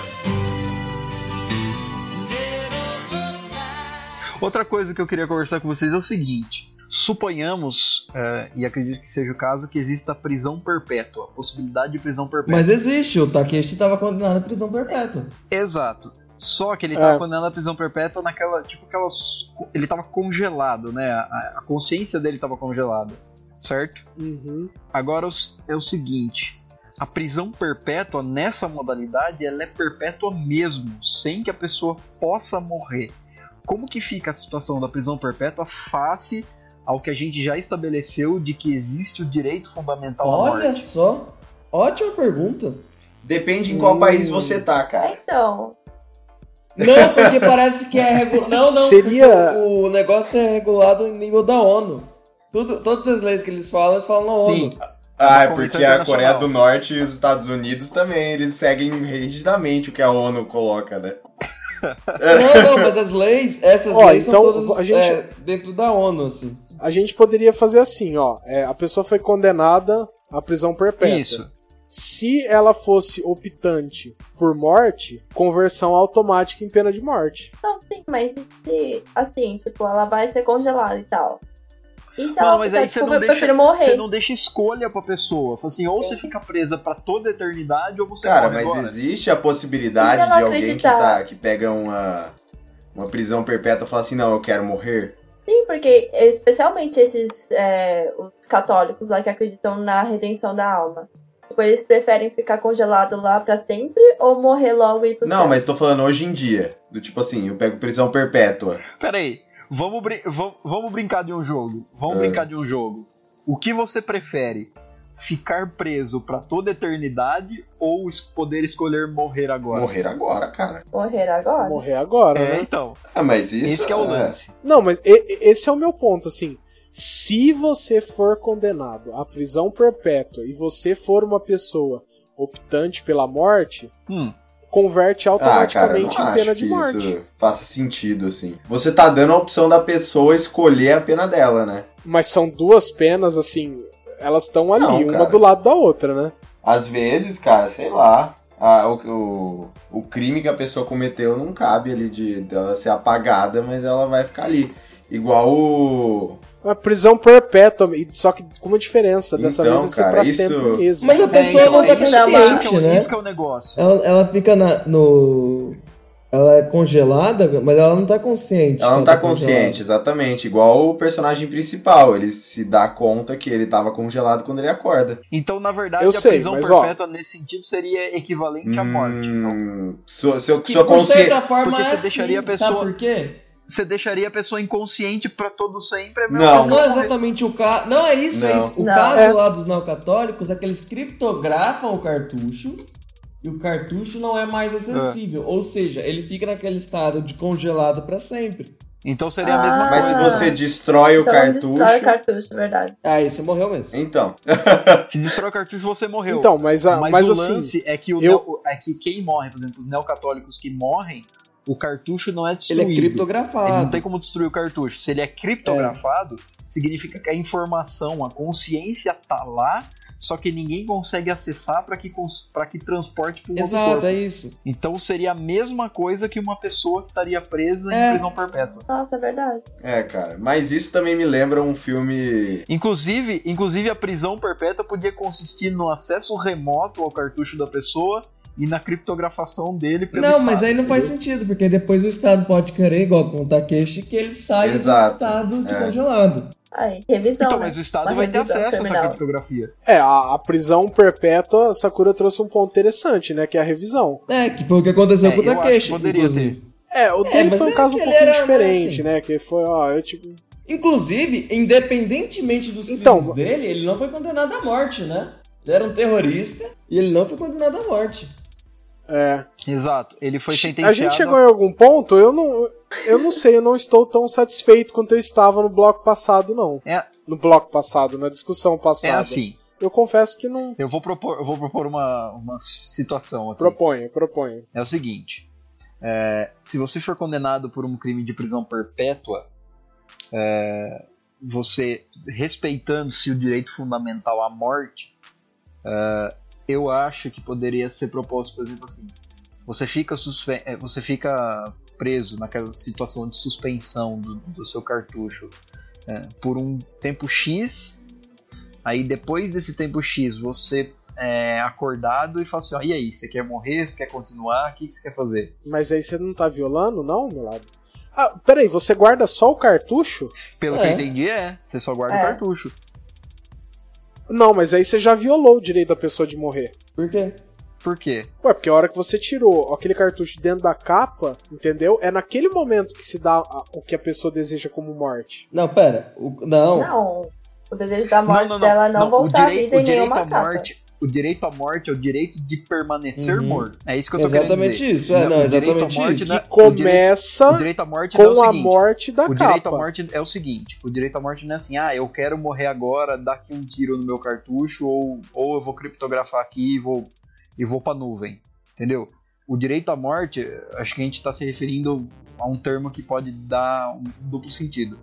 S8: Middle of night.
S1: Outra coisa que eu queria conversar com vocês é o seguinte: suponhamos, eh, e acredito que seja o caso, que exista prisão perpétua, possibilidade de prisão perpétua.
S3: Mas existe, o Takeshi estava condenado à prisão perpétua.
S1: Exato. Só que ele tava
S2: É.
S1: condenado à prisão perpétua naquela. Tipo aquelas. Ele tava congelado, né? A, a consciência dele tava congelada. Certo?
S2: Uhum.
S1: Agora é o s- é o seguinte: a prisão perpétua nessa modalidade ela é perpétua mesmo, sem que a pessoa possa morrer. Como que fica a situação da prisão perpétua face ao que a gente já estabeleceu de que existe o direito fundamental à
S3: Olha
S1: morte?
S3: só, ótima pergunta.
S5: Depende em qual
S3: Hum.
S5: país você tá, cara.
S4: Então,
S3: Não, porque parece que é regulado. Não, não.
S2: Seria-
S3: porque O o negócio é regulado em nível da ONU. Tudo, todas as leis que eles falam, eles falam na
S1: Sim.
S3: ONU.
S5: Ah, é
S1: Convenção
S5: porque a
S1: Internacional.
S5: Coreia do Norte e os Estados Unidos também, eles seguem rigidamente o que a ONU coloca, né?
S3: Não, não, mas as leis, essas
S2: Ó,
S3: leis
S2: então,
S3: são todas
S2: a gente-
S3: é, dentro da ONU, assim.
S2: A gente poderia fazer assim, ó. é, a pessoa foi condenada à prisão perpétua.
S1: Isso.
S2: Se ela fosse optante por morte, conversão automática em pena de morte.
S4: não, então sim, mas e se, assim, tipo, ela vai ser congelada e tal? E se ela
S1: Não, Ah, mas
S4: optar,
S1: aí você
S4: tipo,
S1: não
S4: eu
S1: deixa,
S4: prefiro morrer?
S1: você não deixa escolha pra pessoa. Fala assim, ou você fica presa pra toda a eternidade, ou você
S5: Cara,
S1: morre
S5: mas
S1: agora.
S5: existe a possibilidade
S4: E se
S5: de
S4: ela
S5: alguém que,
S4: acreditar?
S5: tá, que pega uma, uma prisão perpétua e fala assim, não, eu quero morrer?
S4: Sim, porque especialmente esses é, os católicos lá que acreditam na redenção da alma. Tipo, eles preferem ficar congelado lá pra sempre ou morrer logo e ir pro
S5: Não,
S4: céu?
S5: mas tô falando hoje em dia. Do tipo assim, eu pego prisão perpétua.
S1: Peraí, vamos, brin- vam- vamos brincar de um jogo. Vamos
S5: É.
S1: brincar de um jogo. O que você prefere? Ficar preso pra toda a eternidade ou es- poder escolher morrer agora?
S5: Morrer agora, cara.
S4: Morrer agora?
S2: Morrer agora,
S1: É,
S2: né?
S1: então.
S5: Ah, mas isso...
S1: esse que é o lance.
S2: Não, mas e- e- esse é o meu ponto, assim. Se você for condenado à prisão perpétua e você for uma pessoa optante pela morte,
S1: Hum.
S2: converte
S5: Ah, cara, eu
S2: automaticamente
S5: não
S2: em
S5: acho
S2: pena
S5: que
S2: de morte.
S5: isso faça sentido, assim. Você tá dando a opção da pessoa escolher a pena dela, né?
S2: Mas são duas penas, assim, elas estão ali,
S5: Não,
S2: uma
S5: cara.
S2: do lado da outra, né?
S5: Às vezes, cara, sei lá, a- o, o, o crime que a pessoa cometeu não cabe ali de dela ser apagada, mas ela vai ficar ali. Igual o.
S2: Uma prisão perpétua, e- só que com uma diferença, dessa
S5: Então,
S2: vez vai ser
S5: cara,
S2: pra
S5: isso-
S2: sempre mesmo.
S3: Mas a pessoa
S4: então,
S3: não tá
S4: aí te dá uma-
S1: Isso
S3: consciente,
S1: que é o-
S3: né?
S1: Isso que é o negócio.
S3: Ela, ela fica na- no. Ela é congelada, mas ela não tá consciente.
S5: Ela não
S3: que
S5: tá consciente, exatamente. Igual o personagem principal. Ele se dá conta que ele tava congelado quando ele acorda.
S1: Então, na verdade,
S2: Eu
S1: a
S2: sei,
S1: prisão
S2: mas, ó.
S1: perpétua nesse sentido seria equivalente à morte.
S5: Hum, sua, seu-
S3: Que,
S5: sua
S3: por
S5: consciência.
S3: certa forma,
S1: porque
S3: é
S1: você
S3: assim,
S1: deixaria a
S3: Sabe
S1: pessoa-
S3: por quê?
S1: Você deixaria a pessoa inconsciente pra todo sempre? é a
S5: Não.
S1: mesma
S3: Mas
S1: coisa
S3: não
S1: que
S3: é
S1: morrer.
S3: exatamente o caso. Não, é isso, é
S5: Não.
S3: isso. O
S4: Não.
S3: caso
S2: É.
S3: lá dos não católicos é que eles criptografam o cartucho e o cartucho não é mais acessível. Ou seja, ele fica naquele estado de congelado pra sempre.
S1: Então seria a mesma
S4: Ah.
S5: Mas
S1: coisa.
S5: se você destrói o
S4: então
S5: cartucho.
S4: destrói o cartucho, verdade.
S3: Aí você Ah, morreu
S1: É
S3: mesmo.
S5: Então.
S1: Se destrói o cartucho, você morreu.
S2: Então, mas, a,
S1: mas,
S2: mas,
S1: o
S2: assim,
S1: lance é que, o
S2: eu-
S1: neo- é que quem morre, por exemplo, os neocatólicos que morrem, o cartucho não é
S3: Ele
S1: destruído.
S3: é criptografado.
S1: Ele não tem como destruir o cartucho. Se ele é criptografado, significa que a informação, a consciência tá lá, só que ninguém consegue acessar para que, cons- pra que transporte para um outro
S3: Exato,
S1: corpo.
S3: é isso.
S1: Então seria a mesma coisa que uma pessoa que estaria presa
S3: É.
S1: em prisão perpétua.
S4: Nossa, é verdade.
S5: É, cara. Mas isso também me lembra um filme.
S1: Inclusive, inclusive a prisão perpétua podia consistir no acesso remoto ao cartucho da pessoa e na criptografação dele pelo
S3: não,
S1: é
S3: mas
S1: Estado,
S3: aí não faz
S1: entendeu?
S3: sentido, porque depois o Estado pode querer, igual com o Takeshi, que ele saia
S5: Exato,
S3: desse estado de
S5: é.
S3: congelado.
S4: Aí, revisão.
S1: Então,
S4: né?
S1: mas o Estado
S4: Uma
S1: vai ter
S4: revisão
S1: acesso a essa
S4: criminal.
S1: criptografia.
S2: é, a, a prisão perpétua, Sakura trouxe um ponto interessante, né, que é a revisão.
S3: É, que foi o que aconteceu
S1: É,
S3: com o
S1: eu acho que
S3: Takeshi.
S1: poderia
S3: inclusive.
S2: É, o dele
S3: mas
S2: foi um
S3: é
S2: caso um
S3: que ele
S2: pouquinho
S3: era, né,
S2: diferente,
S3: assim.
S2: né, que foi, ó, eu tipo...
S3: Inclusive, independentemente dos crimes
S2: Então,
S3: dele, ele não foi condenado à morte, né? Ele era um terrorista e ele não foi condenado à morte.
S2: É.
S1: Exato. Ele foi sentenciado.
S2: A gente chegou em algum ponto, eu não, eu não sei, eu não estou tão satisfeito quanto eu estava no bloco passado, não.
S1: É.
S2: No bloco passado, na discussão
S1: É
S2: passada.
S1: assim.
S2: Eu confesso que não.
S1: Eu vou propor, eu vou propor uma, uma situação aqui.
S2: Proponho, proponho.
S1: É o seguinte. é, se você for condenado por um crime de prisão perpétua, é, você respeitando-se o direito fundamental à morte, é, eu acho que poderia ser proposto, por exemplo, assim. Você fica, suspe- é, você fica preso naquela situação de suspensão do, do seu cartucho é, por um tempo X. Aí depois desse tempo X você é acordado e fala assim: ó, e aí, você quer morrer? Você quer continuar? O que que você quer fazer?
S2: Mas aí você não tá violando, não, meu lado? Ah, peraí, você guarda só o cartucho?
S1: Pelo
S3: É.
S1: que eu entendi, é. Você só guarda
S4: É.
S1: o cartucho.
S2: Não, mas aí você já violou o direito da pessoa de morrer.
S3: Por quê?
S1: Por quê?
S2: Ué, porque a hora que você tirou aquele cartucho de dentro da capa, entendeu? É naquele momento que se dá a- o que a pessoa deseja como morte.
S3: Não, pera. O- não.
S4: Não. O desejo da morte dela é não, voltar à vida em nenhuma capa.
S1: morte, o direito à morte é o direito de permanecer
S3: Uhum.
S1: morto. É isso que eu tô querendo
S3: Exatamente
S1: dizer.
S3: isso. É, não,
S1: o direito à
S3: exatamente
S1: morte
S3: isso.
S1: não é-
S2: Que
S1: o direito,
S2: começa
S1: o direito à morte não é o
S2: com a
S1: seguinte.
S2: morte da
S1: o direito à
S2: capa.
S1: morte é o seguinte, o direito à morte não é assim, ah, eu quero morrer agora, dar aqui um tiro no meu cartucho, ou, ou eu vou criptografar aqui e vou, e vou pra nuvem, entendeu? O direito à morte, acho que a gente tá se referindo a um termo que pode dar um duplo sentido.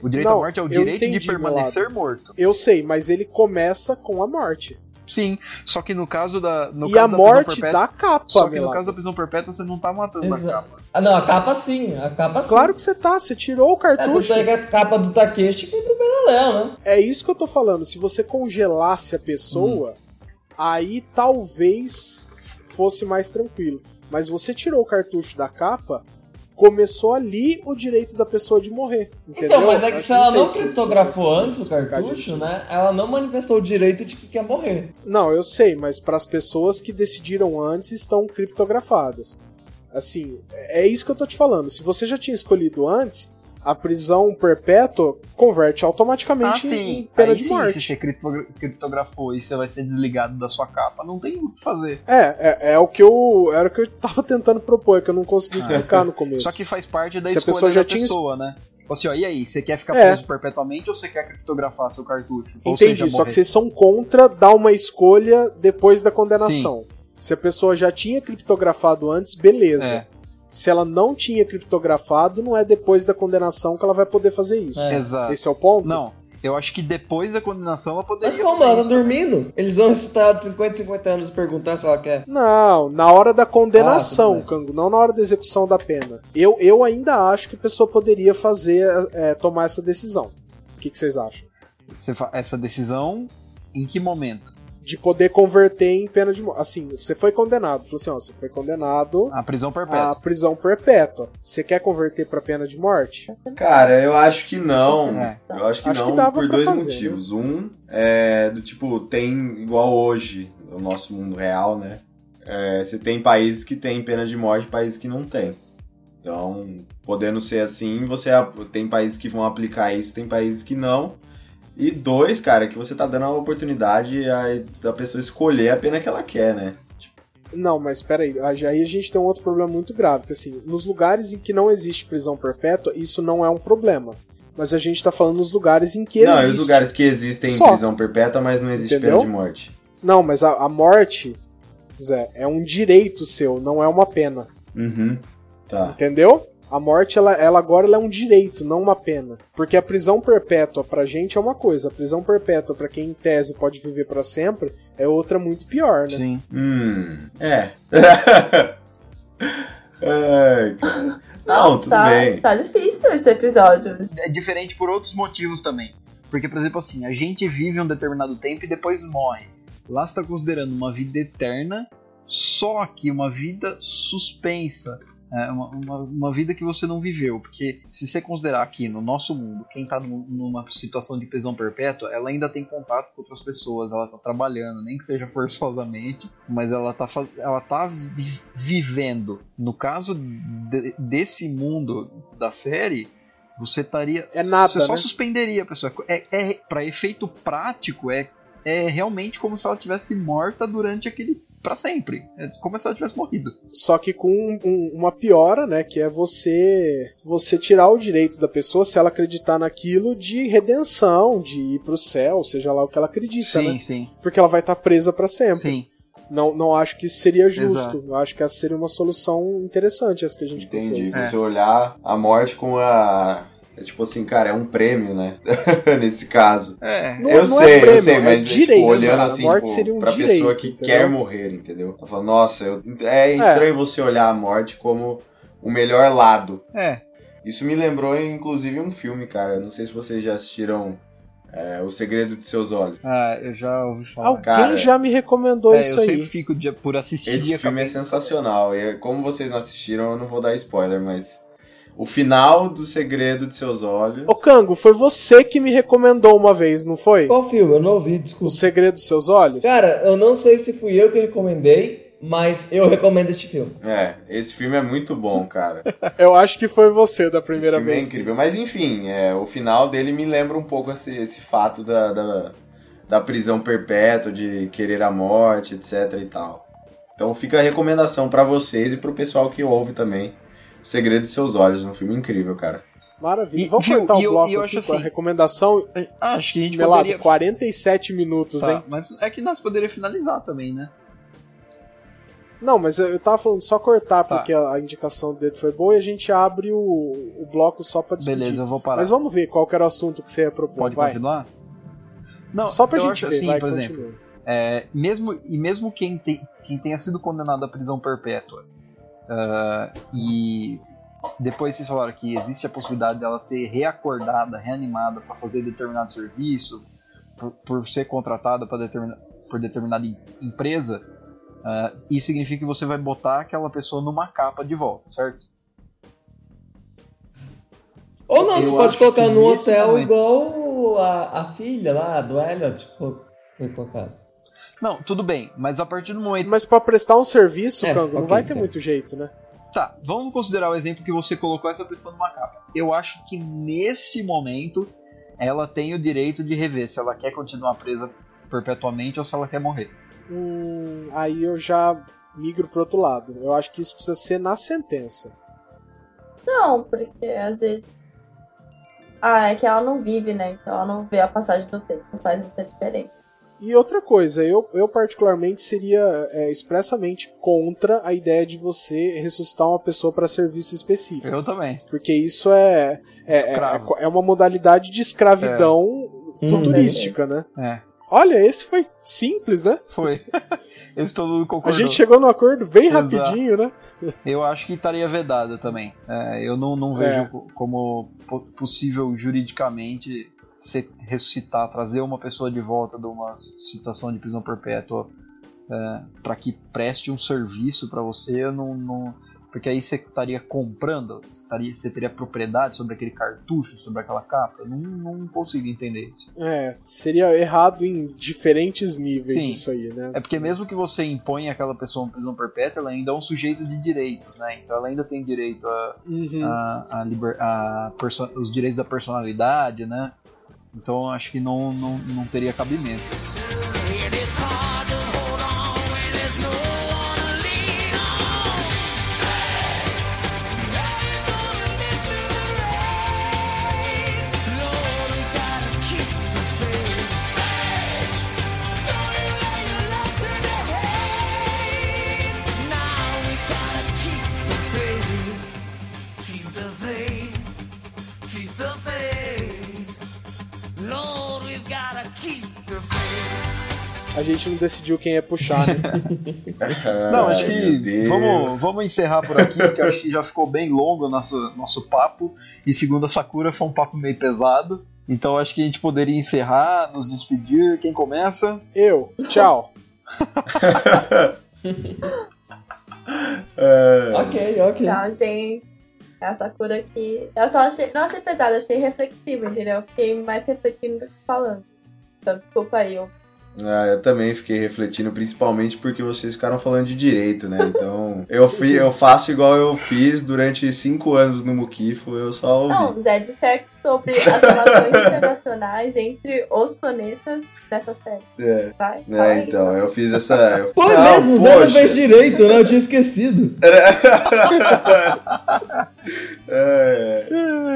S1: O direito à
S2: Não,
S1: morte é o
S2: eu
S1: direito
S2: entendi,
S1: de permanecer
S2: Bolado.
S1: morto.
S2: Eu sei, mas ele começa com a morte.
S1: Sim, só que no caso da no
S2: e
S1: caso
S2: a
S1: da
S2: morte
S1: prisão perpétua,
S2: da capa,
S1: só que no
S2: Melado.
S1: caso da prisão perpétua você não tá matando
S3: Exa-
S1: a capa.
S3: Ah, não, a capa sim. A capa sim.
S2: Claro que você tá, você tirou o
S3: É, tanto
S2: cartucho.
S3: é que a capa do Takeshi foi pro Beleléu, né?
S2: É isso que eu tô falando. Se você congelasse a pessoa, aí talvez fosse mais tranquilo. Mas você tirou o cartucho da capa, começou ali o direito da pessoa de morrer. Entendeu?
S3: Então, mas é que
S2: Acho
S3: se ela
S2: sei
S3: não
S2: se- se-
S3: criptografou
S2: se-
S3: antes o
S2: se-
S3: cartucho, né? Ela não manifestou o direito de que quer morrer.
S2: Não, eu sei, mas para as pessoas que decidiram antes estão criptografadas. Assim, é isso que eu tô te falando. Se você já tinha escolhido antes, a prisão perpétua converte
S1: Ah,
S2: automaticamente em
S1: sim.
S2: pena
S1: Aí
S2: de
S1: sim,
S2: morte.
S1: se você criptogra- criptografou e você vai ser desligado da sua capa, não tem o que fazer.
S2: É, é, é o que eu era o que eu tava tentando propor, é que eu não consegui explicar no começo.
S1: Só que faz parte da
S2: Se a
S1: escolha
S2: pessoa já
S1: da
S2: tinha
S1: pessoa, né? Tipo Assim, ó, e aí, você quer ficar
S2: É.
S1: preso perpetuamente ou você quer criptografar seu cartucho? ou
S2: Entendi,
S1: seja,
S2: só que
S1: morrer?
S2: vocês são contra dar uma escolha depois da condenação. Se a pessoa já tinha criptografado antes, beleza.
S1: É.
S2: Se ela não tinha criptografado, não é depois da condenação que ela vai poder fazer isso.
S3: É.
S1: Exato.
S2: Esse é o ponto?
S1: Não, eu acho que depois da condenação ela poderia...
S3: Mas como
S1: fazer
S3: ela tá
S1: isso, né?
S3: dormindo? Eles vão ressuscitar ela de 50, 50 anos e perguntar se ela quer.
S2: Não, na hora da
S3: Ah,
S2: condenação,
S3: tudo bem.
S2: Cango, não na hora da execução da pena. Eu, eu ainda acho que a pessoa poderia fazer, é, tomar essa decisão. O que, que vocês acham?
S1: Você fa- Essa decisão, em que momento?
S2: de poder converter em pena de morte. Assim, você foi condenado. Falou assim, ó, você foi condenado
S1: A prisão
S2: à
S1: perpétua.
S2: prisão perpétua. Você quer converter pra pena de morte?
S5: Cara, eu acho que não.
S1: É.
S5: Eu acho que
S2: Acho que
S5: não
S2: dava
S5: por
S2: pra
S5: dois
S2: fazer, né?
S5: motivos. Um é do tipo, tem igual hoje, no nosso mundo real, né? É, você tem países que tem pena de morte e países que não tem. Então, podendo ser assim, você a- tem países que vão aplicar isso, tem países que não. E dois, cara, que você tá dando a oportunidade a- da pessoa escolher a pena que ela quer, né?
S2: Não, mas peraí, aí aí a gente tem um outro problema muito grave, que assim, nos lugares em que não existe prisão perpétua, isso não é um problema. Mas a gente tá falando nos lugares em que
S5: não,
S2: existe.
S5: e os lugares que existem
S2: Só.
S5: prisão perpétua, mas não existe
S2: Entendeu?
S5: pena de morte.
S2: Não, mas a, a morte, Zé, é um direito seu, não é uma pena.
S5: Uhum. Tá.
S2: Entendeu? A morte, ela, ela agora ela é um direito, não uma pena. Porque a prisão perpétua pra gente é uma coisa, a prisão perpétua pra quem em tese pode viver pra sempre é outra muito pior, né?
S1: Sim.
S5: Hum, é. Ai, cara. Não, tudo
S4: tá,
S5: bem.
S4: tá difícil esse episódio.
S1: É diferente por outros motivos também. Porque, por exemplo, assim, a gente vive um determinado tempo e depois morre. Lá você tá considerando uma vida eterna, só que uma vida suspensa. É, uma, uma, uma vida que você não viveu. Porque se você considerar aqui no nosso mundo, quem tá num- numa situação de prisão perpétua, ela ainda tem contato com outras pessoas, ela tá trabalhando, nem que seja forçosamente, mas ela tá, faz- ela tá vi- vivendo. No caso de- desse mundo da série, você estaria
S2: É nada,
S1: você só
S2: né?
S1: suspenderia a pessoa. É, é, para efeito prático, é, é realmente como se ela tivesse morta durante aquele. Pra sempre. É como se ela tivesse morrido.
S2: Só que com um- um- uma piora, né? Que é você você tirar o direito da pessoa, se ela acreditar naquilo, de redenção, de ir pro céu, seja lá o que ela acredita,
S1: sim,
S2: né? É.
S1: sim,
S2: Porque ela vai estar presa pra sempre.
S1: sim.
S2: Não, não acho que isso seria justo.
S1: Exato.
S2: Eu acho que essa seria uma solução interessante, essa que a gente
S5: Entendi.
S2: propôs.
S1: É.
S5: Você olhar a morte com a. É tipo assim, cara, é um prêmio, né? Nesse caso.
S1: É.
S2: Não-
S5: eu
S2: não é
S5: sei,
S2: prêmio,
S5: eu sei,
S2: é
S5: mas
S2: direito,
S5: tipo, olhando
S2: cara.
S5: assim
S2: A morte
S5: pro-
S2: seria um
S5: pra pessoa
S2: direito,
S5: que
S2: entendeu?
S5: quer morrer, entendeu? Ela fala, nossa, eu- é estranho você olhar a morte como o melhor lado.
S1: É.
S5: Isso me lembrou, inclusive, um filme, cara. Eu Não sei se vocês já assistiram é, O Segredo de Seus Olhos.
S1: Ah, eu já ouvi falar.
S2: Alguém
S5: Cara,
S2: já me recomendou
S1: É,
S2: isso
S1: eu
S2: aí.
S1: sempre fico de- por assistir.
S5: Esse
S1: e
S5: filme
S1: acabei-
S5: é sensacional. E é, como vocês não assistiram, eu não vou dar spoiler, mas o final do Segredo de Seus Olhos.
S2: Ô Cango, foi você que me recomendou uma vez, não foi?
S3: Qual filme? Eu não ouvi,
S2: O
S3: desculpa.
S2: Segredo dos Seus Olhos?
S3: Cara, eu não sei se fui eu que recomendei mas eu recomendo este filme.
S5: É, esse filme é muito bom, cara.
S2: Eu acho que foi você da
S5: Esse
S2: primeira
S5: filme é
S2: vez.
S5: incrível. Mas enfim, é, o final dele me lembra um pouco esse, esse fato da, da, da prisão perpétua, de querer a morte, etc e tal. Então fica a recomendação pra vocês e pro pessoal que ouve também. O Segredo de Seus Olhos, um filme incrível, cara.
S2: Maravilha.
S1: E,
S2: Vamos
S1: Gil,
S2: cortar o
S1: e eu-
S2: bloco
S1: e eu
S2: aqui
S1: acho
S2: com a
S1: assim-
S2: recomendação.
S1: Ah, acho que a gente
S2: Melado,
S1: poderia...
S2: 47 minutos,
S1: Tá,
S2: hein?
S1: mas é que nós poderíamos finalizar também, né?
S2: Não, mas eu eu tava falando só cortar,
S1: Tá.
S2: porque a a indicação dele foi boa e a gente abre o, o bloco só pra discutir.
S1: Beleza, eu vou parar.
S2: Mas vamos ver qual que era o assunto que você ia propor,
S1: Pode
S2: vai.
S1: continuar? Não,
S2: só pra
S1: eu
S2: gente
S1: acho
S2: ver,
S1: assim,
S2: vai,
S1: por exemplo.
S2: continua.
S1: É, mesmo, e mesmo quem, te- quem tenha sido condenado à prisão perpétua ah, e depois vocês falaram que existe a possibilidade dela ser reacordada, reanimada para fazer determinado serviço, por, por ser contratada pra determina- por determinada em- empresa, ah, isso significa que você vai botar aquela pessoa numa capa de volta, certo?
S3: Ou não,
S1: Eu
S3: você pode
S1: acho
S3: colocar
S1: que
S3: num
S1: nesse
S3: hotel
S1: momento-
S3: igual a, a filha lá do Elliot co- foi colocada.
S1: Não, tudo bem, mas a partir do momento
S2: Mas pra prestar um serviço,
S3: É,
S2: Cango, não
S3: ok,
S2: vai ter
S3: tá.
S2: muito jeito, né?
S1: Tá, vamos considerar o exemplo que você colocou essa pessoa numa capa. Eu acho que nesse momento ela tem o direito de rever se ela quer continuar presa perpetuamente ou se ela quer morrer.
S2: Hum, aí eu já migro pro outro lado. Eu acho que isso precisa ser na sentença.
S4: Não, porque às vezes. Ah, é que ela não vive, né? Então ela não vê a passagem do tempo, não faz muita diferença.
S2: E outra coisa, eu, eu particularmente seria é, expressamente contra a ideia de você ressuscitar uma pessoa para serviço específico.
S1: Eu também.
S2: Porque isso é, é, é,
S1: Escravo.
S2: é uma modalidade de escravidão
S3: É.
S2: futurística, né?
S1: É,
S2: Olha, esse foi simples, né?
S1: foi. Esse todo mundo
S2: A
S1: concordou.
S2: gente chegou no acordo bem
S1: Exato.
S2: rapidinho, né?
S1: Eu acho que estaria vedada também. É, eu não, não vejo
S2: É.
S1: co- como po- possível juridicamente se ressuscitar, trazer uma pessoa de volta de uma situação de prisão perpétua é, para que preste um serviço para você. Eu não, não- porque aí você estaria comprando, você estaria, você teria propriedade sobre aquele cartucho, sobre aquela capa. Eu não, não consigo entender isso.
S2: É, seria errado em diferentes níveis
S1: Sim.
S2: isso aí, né?
S1: É porque mesmo que você impõe aquela pessoa uma prisão perpétua, ela ainda é um sujeito de direitos, né? Então ela ainda tem direito a
S2: Uhum.
S1: a, a liber- a perso- os direitos da personalidade, né? Então acho que não, não, não teria cabimento.
S8: It is hard to hold on when there's no one to lean on. Everybody's to the rain. Lord, we gotta keep the faith. Don't you let your love turn to hate. Now we gotta keep the faith. Keep the faith. Keep the faith. Lord, we've gotta keep the faith.
S2: A gente não decidiu quem é puxar, né?
S1: Não, acho
S5: Ai, meu
S1: que
S5: Deus.
S1: vamos, vamos encerrar por aqui, porque eu acho que já ficou bem longo o nosso, nosso papo. E segundo a Sakura, foi um papo meio pesado. Então acho que a gente poderia encerrar, nos despedir. Quem começa?
S2: Eu, tchau.
S5: É,
S3: Ok, ok.
S4: Então, gente, É essa cura aqui. Eu só achei. Não achei pesada, achei reflexivo, entendeu? Eu Fiquei mais refletindo do que falando. Então, desculpa aí, eu
S5: Ah, eu também fiquei refletindo, principalmente porque vocês ficaram falando de direito, né? Então, eu, fi, eu faço igual eu fiz durante cinco anos no Mukifo, eu só ouvi.
S4: Não, Zé disserte sobre as relações internacionais entre os planetas nessa série.
S5: É,
S4: Vai?
S5: né,
S4: fala aí.
S5: então, eu fiz essa. Eu,
S3: Pô,
S1: Tá,
S5: Ah,
S3: mesmo, o Zé não
S5: poxa.
S3: fez direito, né? Eu tinha esquecido.
S5: É,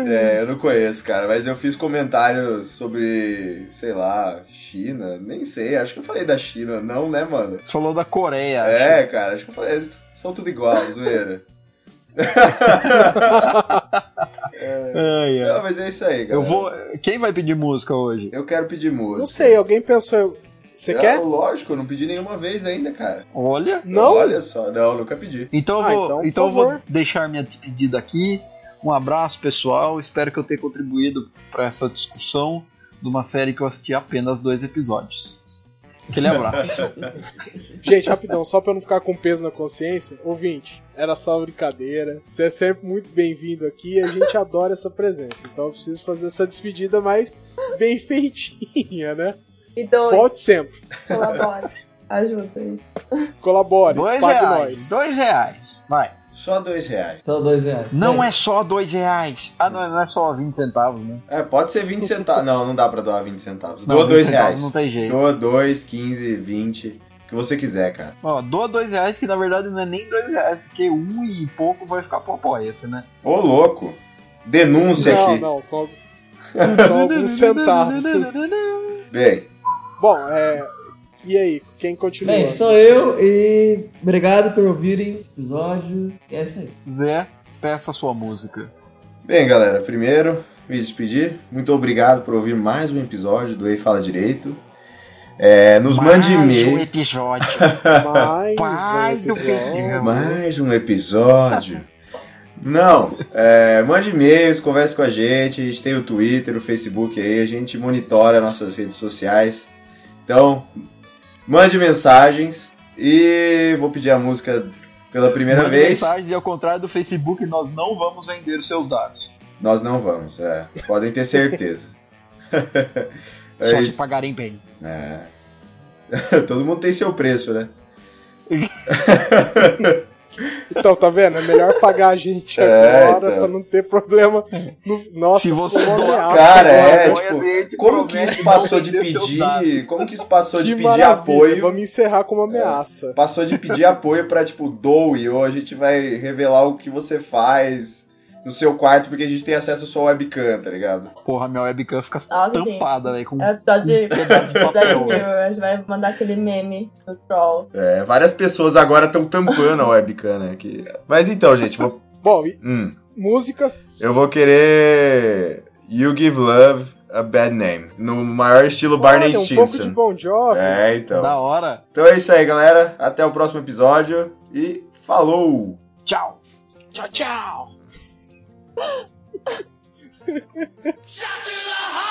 S5: é, eu não conheço, cara, mas eu fiz comentários sobre, sei lá, China, nem sei, acho que eu falei da China, não, né, mano?
S1: Você falou da Coreia. né?
S5: É, cara, acho que eu falei, eles são tudo igual, zoeira.
S1: acho. Ai, ai.
S5: Não, mas é isso aí, galera.
S1: Eu vou. Quem vai pedir música hoje?
S5: Eu quero pedir música.
S2: Não sei, alguém pensou. eu- Você
S5: Ah,
S2: quer?
S5: Lógico, eu não pedi nenhuma vez ainda, cara.
S1: Olha.
S2: Não?
S5: Olha só, não, nunca pedi.
S1: Então eu
S2: Ah,
S1: vou,
S2: então, por
S1: então, eu vou
S2: favor.
S1: deixar minha despedida aqui. Um abraço, pessoal. Espero que eu tenha contribuído para essa discussão de uma série que eu assisti apenas dois episódios. Aquele abraço.
S2: Gente, rapidão, só pra eu não ficar com peso na consciência, ouvinte, era só brincadeira. Você é sempre muito bem-vindo aqui e a gente adora essa presença. Então eu preciso fazer essa despedida mais bem feitinha, né?
S4: E dois,
S2: Volte sempre.
S4: colabora. Ajuda aí.
S2: Colabore,
S1: Dois
S2: pague
S1: reais.
S2: nós.
S1: Dois reais. Vai.
S5: Só dois reais.
S3: Só dois reais.
S1: Não
S3: Vai.
S1: é só dois reais. Ah, não, não é só 20 centavos, né?
S5: É, pode ser 20 centavos. Não, não dá pra doar 20 centavos.
S1: Não,
S5: Doa
S1: 20
S5: dois
S1: centavos
S5: reais.
S1: Não tem jeito.
S5: Doa 2, 15, 20. O que você quiser, cara.
S1: Ó, doa dois reais, que na verdade não é nem dois reais, porque um e pouco vai ficar pro apoia-se, né?
S5: Ô, louco. Denúncia
S2: Não,
S5: aqui.
S2: não, só, só um alguns centavos.
S5: Bem,
S2: Bom, é. E aí, quem continua?
S3: Bem, sou eu e obrigado por ouvirem esse episódio. E é isso aí.
S1: Zé, peça a sua música.
S5: bem, galera. Primeiro, me despedir. Muito obrigado por ouvir mais um episódio do Ei Fala Direito. É, nos mande
S1: Mais um
S5: e-mail.
S1: episódio.
S2: Mais
S1: Pai
S2: um
S1: do
S2: episódio.
S1: perdão.
S5: Mais um episódio. Não, é, mande e-mails, converse com a gente. A gente tem o Twitter, o Facebook aí, a gente monitora nossas redes sociais. Então, mande mensagens e vou pedir a música pela primeira
S1: Mande
S5: vez.
S1: mensagens e ao contrário do Facebook, nós não vamos vender os seus dados.
S5: Nós não vamos, é. Podem ter certeza. É
S1: só se
S5: isso.
S1: pagarem bem.
S5: É. Todo mundo tem seu preço, né?
S2: Então, tá vendo? É melhor pagar a gente
S5: É,
S2: agora
S5: então.
S2: pra não ter problema. no- Nossa,
S1: Se você
S2: ficou uma
S1: doar,
S2: ameaça
S5: Cara,
S2: agora.
S5: é,
S1: Apoia
S5: tipo,
S1: verde,
S5: Como que
S1: promete
S5: isso passou
S1: não
S5: de
S1: vender seus
S5: pedir?
S1: dados?
S5: Como que isso passou de
S2: Que
S5: pedir
S2: maravilha,
S5: apoio?
S2: vamos encerrar com uma ameaça.
S5: Passou de pedir apoio pra, tipo, doe, ou a gente vai revelar o que você faz no seu quarto, porque a gente tem acesso só ao webcam, tá ligado?
S1: Porra, minha webcam fica
S4: Nossa, gente.
S1: tampada, velho, com
S4: É o
S1: um
S4: episódio de
S1: pedaço de
S4: Black
S1: papel.
S4: Mirror, a gente vai mandar aquele meme do troll.
S5: É, várias pessoas agora estão tampando a webcam, né? Que... Mas então, gente, vou...
S2: Bom, e
S5: Hum,
S2: música,
S5: eu vou querer You Give Love a Bad Name, no maior estilo Barney
S2: olha, um pouco de
S5: Stinson.
S2: Bon Jovi.
S5: É, então.
S1: Da hora.
S5: Então é isso aí, galera. Até o próximo episódio e falou!
S1: Tchau.
S2: Tchau, tchau.
S8: Shout to the heart.